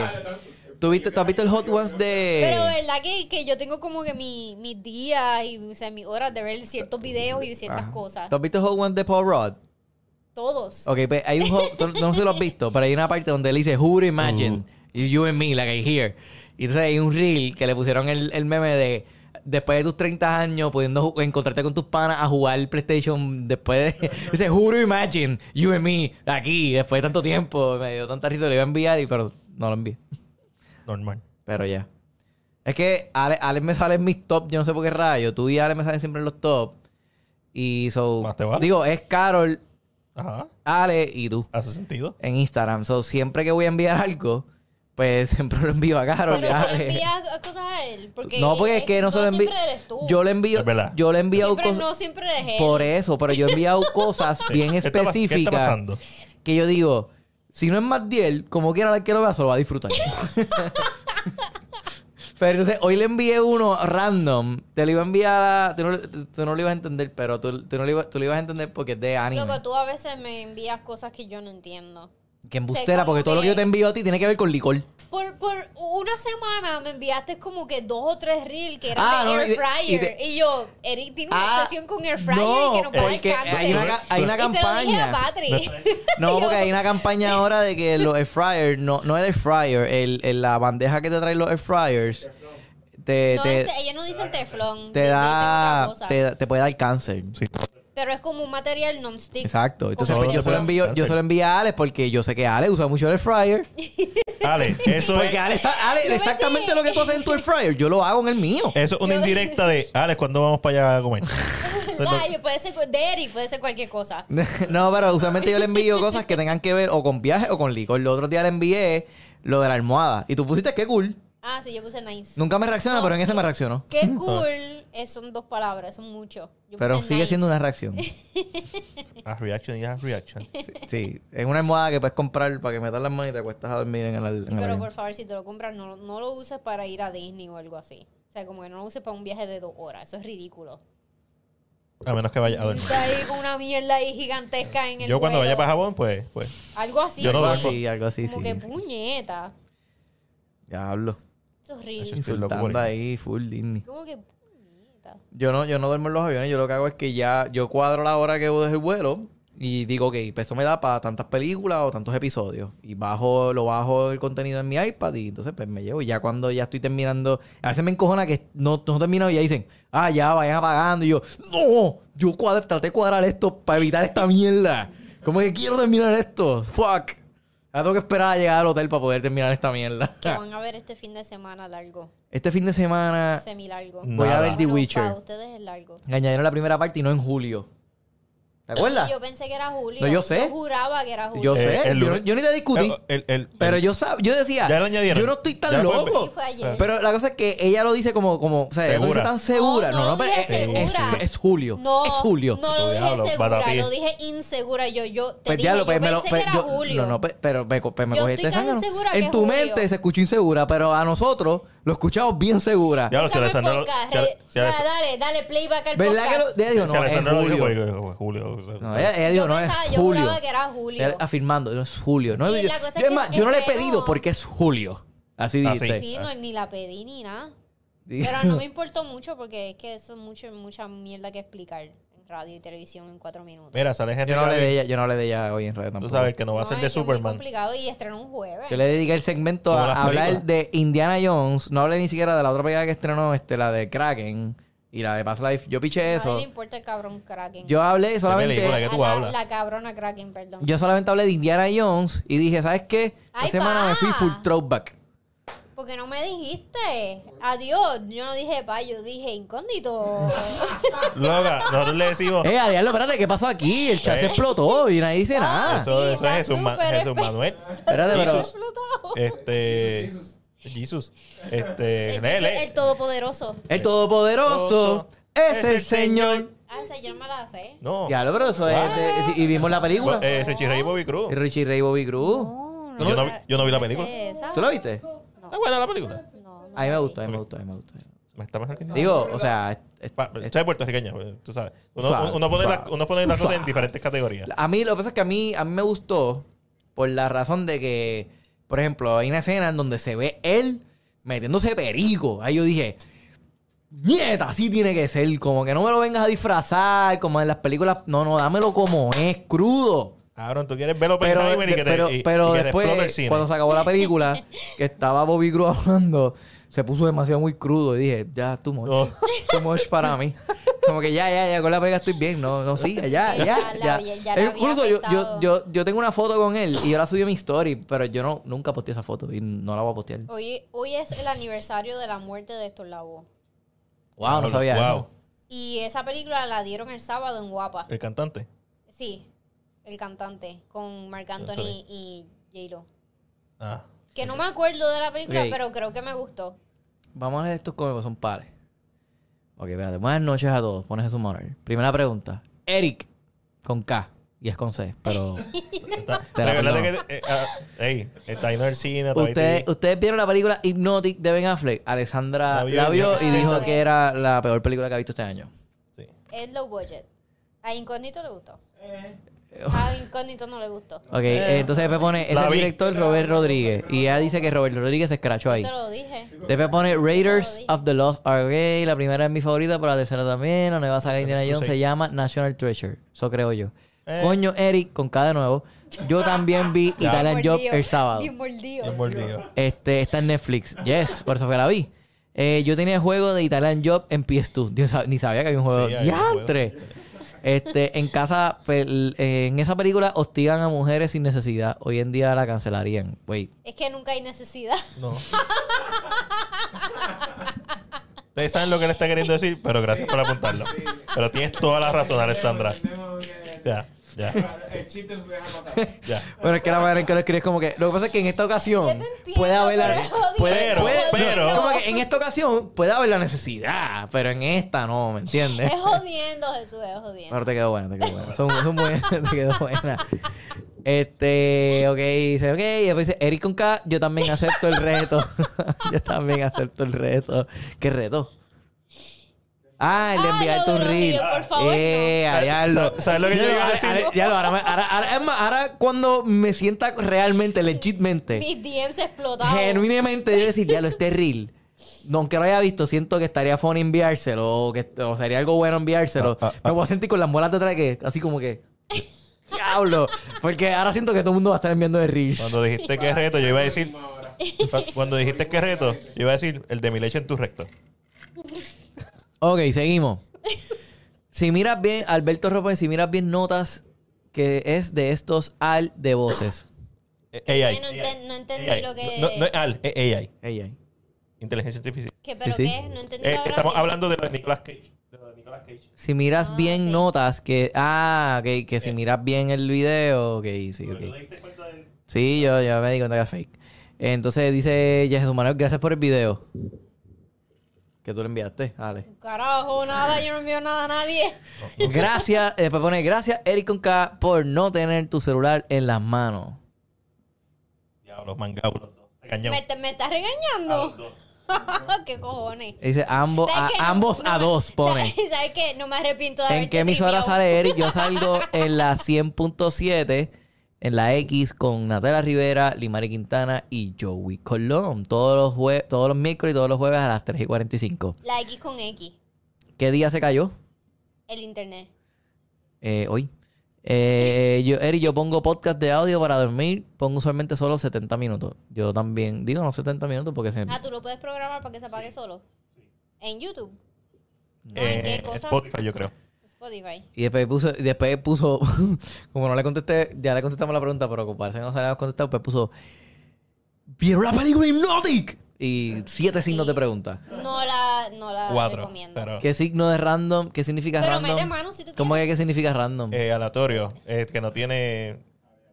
S1: ¿Tú, viste, tú has visto el Hot Ones de...
S3: Pero verdad que, que yo tengo como que mi- mis días y o sea, mis horas de ver ciertos videos y ciertas
S1: Ajá.
S3: cosas.
S1: Ah. ¿Tú has visto el Hot Ones de Paul Rudd?
S3: Todos.
S1: Ok, pues hay un Hot... tú- No sé si lo has visto, pero hay una parte donde él dice, Who would imagine you and me like I hear? Y entonces hay un reel que le pusieron el, el meme de... Después de tus 30 años, pudiendo ju- encontrarte con tus panas a jugar el PlayStation después de... Dice, Who would imagine you and me aquí? Después de tanto tiempo, me dio tanta risa, lo iba a enviar, y pero no lo envié.
S2: Normal.
S1: Pero ya. Es que Ale, Ale me sale en mis top, yo no sé por qué rayo. Tú y Ale me salen siempre en los top. Y so.
S2: Más te vale.
S1: Digo, es Carol,
S2: Ajá.
S1: Ale y tú
S2: Hace sentido.
S1: en Instagram. So, siempre que voy a enviar algo, pues siempre lo envío a Carol.
S3: Pero
S1: y a
S3: tú
S1: Ale.
S3: le envías cosas a él. Porque
S1: eh. no, porque es
S3: él-
S1: que no se lo envío.
S3: siempre eres tú.
S1: Yo le envío.
S2: Es verdad.
S1: Yo le he enviado
S3: Siempre no
S1: cosas.
S3: siempre eres él.
S1: Por eso, pero yo he enviado cosas bien
S2: ¿Qué está pas-
S1: específicas.
S2: ¿Qué está pasando?
S1: Que yo digo, si no es más Diel, como quiera la que lo vea, se lo va a disfrutar. pero entonces, hoy le envié uno random. Te lo iba a enviar a... Tú no, tú no lo ibas a entender, pero tú, tú no lo ibas, tú lo ibas a entender porque es de anime.
S3: Loco, tú a veces me envías cosas que yo no entiendo.
S1: Que
S3: O
S1: embustera,
S3: sea, como
S1: porque todo lo que
S3: que-
S1: yo te envío a ti tiene que ver con licor.
S3: Por, por una semana me enviaste como que dos o tres reels que eran
S1: Ah,
S3: de
S1: no, y
S3: Air
S1: de- y
S3: Fryer. Y,
S1: de-
S3: yo, Eric tiene una
S1: Ah,
S3: obsesión con Air Fryer
S1: no,
S3: y que nos va a dar
S1: porque
S3: cáncer.
S1: hay una, ca- hay una
S3: Y se lo dije
S1: campaña.
S3: a Patrick.
S1: No, porque hay una campaña ahora de que los air fryer, no, no el air fryer, el, el- la bandeja que te traen los air fryers, te,
S3: No,
S1: te,
S3: este- ellos no dicen teflón.
S1: te
S3: dicen otra
S1: da,
S3: cosa.
S1: te, te puede dar cáncer.
S2: Sí.
S3: Pero es como un material non-stick.
S1: Exacto. Entonces
S3: Como
S1: pues, yo, se lo
S2: todo.
S1: envío, yo se lo envío a Alex porque yo sé que Alex usa mucho el air fryer.
S2: Ale, eso es,
S1: Porque Alex, Alex,
S3: me
S1: exactamente
S3: sé.
S1: lo que tú haces en tu air fryer, yo lo hago en el mío.
S2: eso es una
S3: Yo-
S2: indirecta de, Ale, ¿cuándo vamos para allá a comer?
S3: La- puede ser cu- de Eric, puede ser cualquier cosa.
S1: No, pero usualmente yo le envío cosas que tengan que ver o con viaje o con licor. El otro día le envié lo de la almohada. Y tú pusiste qué cool.
S3: Ah, sí, yo puse nice.
S1: Nunca me reacciona,
S3: No.
S1: pero en ese me reaccionó.
S3: Qué cool. eh, son dos palabras, son mucho. Yo
S1: Pero
S3: puse
S1: sigue
S3: nice.
S1: siendo una reacción.
S2: A reaction y a reaction.
S1: Sí, es una almohada que puedes comprar para que metas las manos y te acuestas a dormir en el, en el
S3: Pero
S1: avión.
S3: por favor, si te lo compras, no, no lo uses para ir a Disney o algo así. O sea, como que no lo uses para un viaje de dos horas. Eso es ridículo.
S2: A menos que vaya a dormir.
S3: Está ahí con una mierda ahí gigantesca en el
S2: Ah, Yo cuando vaya
S3: vuelo.
S2: para Jabón, pues, pues.
S3: Algo así.
S2: Yo no
S1: Algo
S2: lo
S3: sí.
S2: hago.
S1: así, algo así,
S3: Como
S1: sí.
S3: que puñeta.
S1: Ya hablo.
S3: Eso es
S2: Eso
S3: ridículo.
S2: Estoy loco por
S1: Insultando
S2: ir.
S1: ahí, full Disney.
S3: Como que puñeta.
S1: Yo no, yo no duermo en los aviones, yo lo que hago es que ya, yo cuadro la hora que voy desde el vuelo y digo, ok, pues eso me da para tantas películas o tantos episodios. Y bajo, lo bajo el contenido en mi iPad y entonces pues me llevo. Y ya cuando ya estoy terminando, a veces me encojona que no, no he terminado y ya dicen, ah, ya vayan apagando. Y yo, no, yo cuadré, traté de cuadrar esto para evitar esta mierda. Como que quiero terminar esto, fuck. Ahora tengo que esperar a llegar al hotel para poder terminar esta mierda.
S3: Que van a ver este fin de semana largo.
S1: Este fin de semana
S3: Semilargo.
S1: voy a
S2: Nada.
S1: ver The
S3: Bueno, Para
S1: Witcher.
S3: ustedes es largo.
S1: Añadieron la primera parte y no en julio. ¿Te acuerdas?
S3: Yo pensé que era Julio.
S1: No, yo sé.
S3: juraba que era Julio.
S1: Yo
S2: Eh,
S1: sé,
S2: el
S1: yo, no-
S2: lunes.
S1: yo ni te discutí.
S2: El- el- el-
S1: pero
S2: el-
S1: yo sab- yo decía,
S2: Ya lo añadieron.
S1: yo no estoy tan
S2: Ya lo pueden
S1: loco.
S3: Sí, fue ayer.
S1: Eh, pero la cosa es que ella lo dice como, como o sea, ella lo dice
S2: Segura.
S1: tan segura.
S3: No,
S1: No, no,
S3: no
S1: pero es,
S3: dije
S1: es-
S3: segura.
S1: es julio.
S3: no,
S1: es julio.
S3: no lo dije
S2: Diablo,
S3: segura,
S2: batapié.
S3: lo dije insegura. Yo, yo te
S1: Pues
S3: dije,
S1: diablo,
S3: yo
S1: pues me
S3: pensé
S1: lo-
S3: que
S1: pues
S3: era
S1: yo-
S3: Julio.
S1: No, no, pues- pero me, co- pues me
S3: Yo
S1: cogiste
S3: estoy casi
S1: sangre.
S3: segura que
S1: En
S3: es
S1: tu
S3: julio.
S1: mente se escuchó insegura, pero a nosotros lo escuchamos bien segura.
S2: Ya lo se
S3: Escúchame
S2: le
S3: el
S2: sanó-
S3: podcast,
S2: se le-
S3: re-
S2: se le-
S3: ya, dale, dale playback al
S1: ¿Verdad que
S3: podcast.
S1: lo, ella dijo,
S2: se
S1: no,
S2: le
S1: es
S2: sanó lo dijo,
S1: julio.
S2: güey, güey, Julio. o sea,
S1: No, ella, ella dijo,
S3: yo
S1: no,
S3: pensaba,
S1: es
S3: yo
S1: julio. ah,
S3: juraba que era julio.
S1: Ella afirmando, no es julio. No,
S3: Y
S1: yo,
S3: la cosa es
S1: yo,
S3: que
S1: es más, yo no le he
S3: estreno-
S1: pedido porque es julio. Así
S2: Ah,
S1: dijiste.
S3: Sí, no, ni la pedí ni nada.
S1: Dije-
S3: Pero no me importó mucho porque es que eso es mucho, mucha mierda que explicar en radio y televisión en cuatro minutos.
S2: Mira, sale Henry
S1: Yo no hablé de
S2: Cavill.
S1: ella, yo no hablé de ella hoy en radio
S2: Tú
S1: tampoco.
S2: sabes que no va a ser
S3: No,
S2: de
S3: es que es muy
S2: Superman.
S3: complicado y estrenó un jueves.
S1: Yo le dediqué el segmento
S2: Como
S1: a
S2: las
S1: hablar
S2: películas.
S1: de Indiana Jones. No hablé ni siquiera de la otra película que estrenó, este, la de Kraken y la de Past Life. Yo piché
S3: A
S1: eso.
S3: mí le importa el cabrón Kraken.
S1: Yo hablé
S2: película
S1: solamente.
S2: que-
S3: A
S2: tú
S3: la,
S2: hablas.
S3: la cabrona Kraken, perdón.
S1: Yo solamente hablé de Indiana Jones y dije, ¿sabes qué? Esta
S3: Ay,
S1: semana
S3: pa.
S1: me fui full throwback.
S3: Porque no me dijiste. Adiós. Yo no dije pa, yo dije incógnito.
S2: Loca, nosotros le decimos.
S1: Eh, a diablo, espérate, ¿qué pasó aquí? El chat se
S2: Eh.
S1: explotó y nadie
S3: Ah,
S1: dice nada.
S2: Eso, eso
S3: está
S2: es Jesús, Ma-
S3: súper
S2: Jesús Manuel.
S1: Espérate, pero.
S2: Jesús. Este. Jesús. Este.
S3: el,
S2: lee, lee.
S3: el todopoderoso.
S1: El Todopoderoso
S2: Poderoso
S1: es el Señor.
S3: Ah, esa yo no me la sé.
S2: No.
S1: Diablo, pero eso es. de- sí, y vimos la película.
S2: Eh, Richie Ray y Bobby Cruz.
S1: Y Richie Ray Bobby Cruz.
S3: No,
S2: Yo no vi- yo no vi la película.
S3: sé esa.
S1: ¿Tú la viste?
S2: Está buena la película.
S1: A
S3: No, no
S1: mí me
S3: la vi.
S1: gustó, a mí me gustó, a mí me gustó.
S2: Está mejor que nada.
S1: Digo, eh, o sea, es-
S2: Pa- Soy puertorriqueño, pues, tú sabes. Uno,
S1: Suave,
S2: uno pone
S1: suave.
S2: las uno pone las cosas en diferentes categorías.
S1: a mí lo que pasa es que a mí, a mí me gustó por la razón de que, por ejemplo, hay una escena en donde se ve él metiéndose perico. Ahí yo dije, nieta, así tiene que ser. Como que no me lo vengas a disfrazar, como en las películas. No, no, dámelo como es, crudo.
S2: Cabrón, tú quieres verlo
S1: Pero,
S2: Oppenheimer y que te,
S1: pero,
S2: y-
S1: pero
S2: y que te explote el
S1: después,
S2: cine.
S1: cuando se acabó la película, que estaba Bobby Cruz hablando, se puso demasiado muy crudo y dije, ya, too much.
S2: No.
S1: Too much para mí. Como que ya, ya, ya, con la pega estoy bien. No, no, sí, ya,
S3: Ya
S1: ya,
S3: la
S1: ya.
S3: había- ya la
S1: Incluso yo,
S3: había
S1: yo,
S3: afectado.
S1: yo, yo tengo una foto con él y yo la subí a mi story, pero yo no, nunca posteé esa foto y no la voy a postear.
S3: Hoy, hoy es el aniversario de la muerte de Héctor Lavoe.
S1: Wow, no sabía
S2: Wow.
S1: eso.
S3: Y esa película la dieron el sábado en Guapa.
S2: El cantante.
S3: Sí, el cantante con Marc Anthony
S2: Anthony.
S3: y J-Lo.
S2: Ah.
S3: Que no me acuerdo de la película,
S1: Ok.
S3: pero creo que me gustó.
S1: Vamos a hacer estos cómicos, son pares. Ok, espérate. Buenas noches a todos. Pones eso monitor. Primera pregunta. Eric, con K. Y es con C, pero...
S2: Está,
S1: Te la
S2: recuerda que, eh, ah, ey, está ahí no el cine, está ahí
S1: Ustedes,
S2: TV.
S1: ustedes vieron la película Hypnotic de Ben Affleck. Alessandra la
S2: La
S1: vio,
S2: vio,
S1: y
S2: ya.
S1: dijo
S3: Sí.
S1: que era la peor película que ha visto este año.
S2: Sí.
S3: Es low budget. A Incógnito le gustó.
S1: Eh.
S3: A Incógnito no le gustó.
S1: Ok, eh, entonces después pone, es
S2: La
S1: el
S2: vi.
S1: director Robert Rodríguez. Y ella dice que Robert Rodríguez se escrachó ahí.
S3: Te lo dije.
S1: Después pone Raiders of the Lost Ark. La primera es mi favorita, pero la tercera también. La nueva saga de Indiana Jones se llama National Treasure. Eso creo yo.
S2: Eh.
S1: Coño, Eric, con K de nuevo. Yo también vi
S2: Ya.
S1: Italian Job
S3: Mordido.
S1: el sábado.
S3: Bien mordido.
S2: Bien mordido.
S1: Este, está en Netflix. Yes, por eso fue que la vi. Eh, yo tenía el juego de Italian Job en PS2. Yo sab- ni sabía que había un juego.
S2: Sí, hay un juego.
S1: ¡Diantre! Este, en casa, pel- eh, en esa película hostigan a mujeres sin necesidad. Hoy en día la cancelarían. Wait.
S3: Es que nunca hay necesidad.
S2: No. Ustedes saben lo que le está queriendo decir, pero gracias por apuntarlo. Pero tienes toda la razón, Alessandra. Ya, ya,
S4: El chiste lo deja pasar.
S2: ya.
S1: Bueno, es que la manera en que lo escribes como que... Lo que pasa es que en esta ocasión
S3: entiendo,
S1: puede haber la...
S3: pero es jodido,
S1: Puede,
S2: Pero,
S1: puede-
S2: pero-
S1: no, como que en esta ocasión puede haber la necesidad, pero en esta no, ¿me entiendes?
S3: Es jodiendo, Jesús, es jodiendo.
S1: Pero te quedó buena, te quedó buena. Son, son buenas, te quedó buena. Este, ok, dice, ok. Y después dice, Eric con K, yo también acepto el reto. yo también acepto el reto. ¿Qué reto? Ah, el de
S3: Ah,
S1: enviarte
S3: lo
S1: un
S3: de los
S1: reel.
S3: reels, por favor,
S1: Eh, a
S2: no.
S1: diablo.
S2: Sa- ¿sabes lo que yo
S1: Ya
S2: iba a
S1: ahora-
S2: decir?
S1: ahora- ya lo, ahora, me- ahora, ahora- es más, ahora cuando me sienta realmente, legitmente,
S3: Mis DMs explotaron.
S1: genuinamente, yo decir, ya lo, este reel. no, Aunque lo haya visto, siento que estaría funny enviárselo o que o sería algo bueno enviárselo.
S2: Ah, ah,
S1: Me voy a sentir con las muelas de atrás que, así como que, diablo. Porque ahora siento que todo el mundo va a estar enviando de reels.
S2: Cuando dijiste que reto, yo iba a decir. cu- Cuando dijiste que reto, yo iba a decir el de mi leche en tu recto.
S1: Ok, seguimos. Si miras bien, Alberto Ropen, si miras bien notas que es de estos al de voces.
S2: Eh, AI.
S3: Yo no, enten- no entendí
S2: AI.
S3: lo que.
S2: No, no es AL, es AI.
S1: Ey, ey.
S2: Inteligencia artificial.
S3: ¿Qué, ¿Pero
S1: Sí, sí.
S3: qué? No entendí
S2: Eh,
S3: la frase.
S2: estamos hablando de lo de Nicolas Cage. De lo de Nicolas Cage.
S1: Si miras
S3: Ah,
S1: bien,
S3: sí.
S1: notas que. Ah, que, que si
S2: Eh.
S1: miras bien el video. Ok, sí,
S2: Pero tú
S1: ok.
S2: te diste cuenta del-
S1: Sí, yo, yo me di cuenta que era fake. Entonces dice ya Jesús Manuel, gracias por el video. Que tú le enviaste, Ale.
S3: Carajo, nada, yo no envío nada a nadie.
S1: Gracias, después pone gracias Eric con K por no tener tu celular en las manos.
S2: Diablos, mangados los dos. Regañados.
S3: ¿Me, te- me estás
S2: A los
S3: regañando?
S2: dos. Ah,
S3: ¿Qué cojones?
S1: Y Dice ambos, a,
S3: ¿Sabes qué? No-
S1: ambos
S3: no
S1: a
S3: me-
S1: dos pone.
S3: ¿Sabes, sabes qué? No me arrepiento de
S1: ¿En
S3: haberte
S1: qué emisora
S3: tripeado.
S1: sale Eric? Yo salgo en la 100.7, en la X, con Natalia Rivera, Limari Quintana y Joey Colón. Todos los, jue- todos los miércoles y todos los jueves a las 3 y 45.
S3: La X con X.
S1: ¿Qué día se cayó?
S3: El internet.
S1: Eh, hoy. Eh, yo, Eric, yo pongo podcast de audio para dormir. Pongo usualmente solo 70 minutos. Yo también, digo no 70 minutos porque se...
S3: Ah, tú lo puedes programar para que se apague solo. En YouTube,
S2: Eh,
S3: ¿en qué cosa?
S2: Spotify, yo creo.
S3: Spotify.
S1: Y después puso, y después puso, como no le contesté, ya le contestamos la pregunta, pero como parece que no se la habíamos contestado, pues puso, ¿vieron la película Hypnotic? Y siete signos de pregunta.
S3: No la, no la
S2: Cuatro.
S3: Ah, recomiendo.
S2: Pero,
S1: ¿Qué signo de random? ¿Qué significa
S3: Pero mete
S1: random?
S3: mano si tú
S1: ¿Cómo que qué significa random?
S2: eh, aleatorio. eh, que no tiene.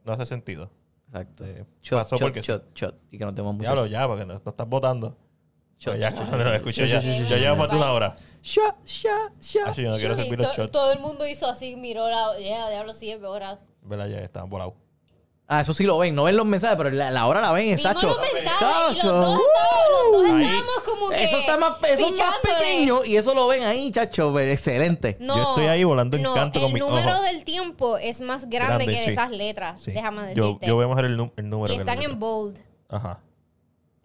S2: No hace sentido.
S1: Exacto.
S2: eh,
S1: shot,
S2: pasó
S1: shot,
S2: porque sí.
S1: shot, shot. Y que no tenemos mucho.
S2: Diablo, ya, porque no, no estás votando. Pues
S1: Shot,
S2: ya,
S1: shot,
S2: no lo escuché
S1: shot,
S2: ya.
S1: shot, shot,
S2: Ya
S1: shot.
S2: llevamos más de una hora.
S1: Shot, shot, shot.
S2: Así Ah, yo no quiero
S3: Sí,
S2: servir
S3: to-
S2: los shots.
S3: Todo el mundo hizo así, miró la. Ya, diablo, sí, es verdad.
S2: ¿Verdad? Ya están volados.
S1: Ah, eso sí lo ven. No ven los mensajes, pero la, la hora la ven,
S3: Vimos
S1: exacto.
S3: los mensajes y los dos estábamos, los dos
S2: Ahí.
S3: estábamos como que.
S1: Eso está más, eso es más
S3: pichándole.
S1: pequeño y eso lo ven ahí, chacho. Excelente.
S3: No,
S2: Yo estoy ahí volando en
S3: no,
S2: canto con
S3: el
S2: mis
S3: número
S2: ojos.
S3: del tiempo es más grande,
S2: Grande,
S3: que
S2: sí.
S3: esas letras,
S2: Sí.
S3: déjame
S2: Yo,
S3: decirte.
S2: yo voy a mojar el, nu- el número.
S3: y
S2: que le
S3: están
S2: meto.
S3: en bold.
S2: Ajá.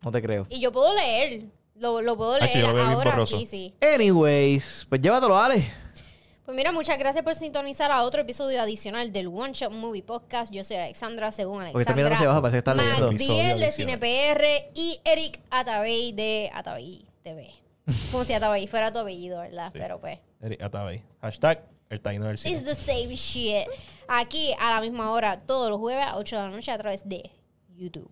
S1: No te creo.
S3: Y yo puedo leer, lo, lo puedo
S2: Ah, sí,
S3: leer
S2: yo lo veo bien
S3: ahora
S2: borroso.
S3: aquí, sí.
S1: Anyways, pues llévatelo, Ale.
S3: Pues mira, muchas gracias por sintonizar a otro episodio adicional del One Shot Movie Podcast. Yo soy Alexandra, según
S1: Porque está mirando
S3: Alexandra.
S1: hacia abajo, parece que está leyendo.
S2: Magdi-
S3: Magdiel
S2: Episodio
S3: de
S2: adicional.
S3: CinePR y Eric Atabey de Atabey TV. Como si Atabey fuera tu apellido, ¿verdad?
S2: Sí.
S3: Pero pues.
S2: Eric Atabey. Hashtag el taino del cine.
S3: It's the same shit. Aquí a la misma hora, todos los jueves a 8 de la noche a través de YouTube.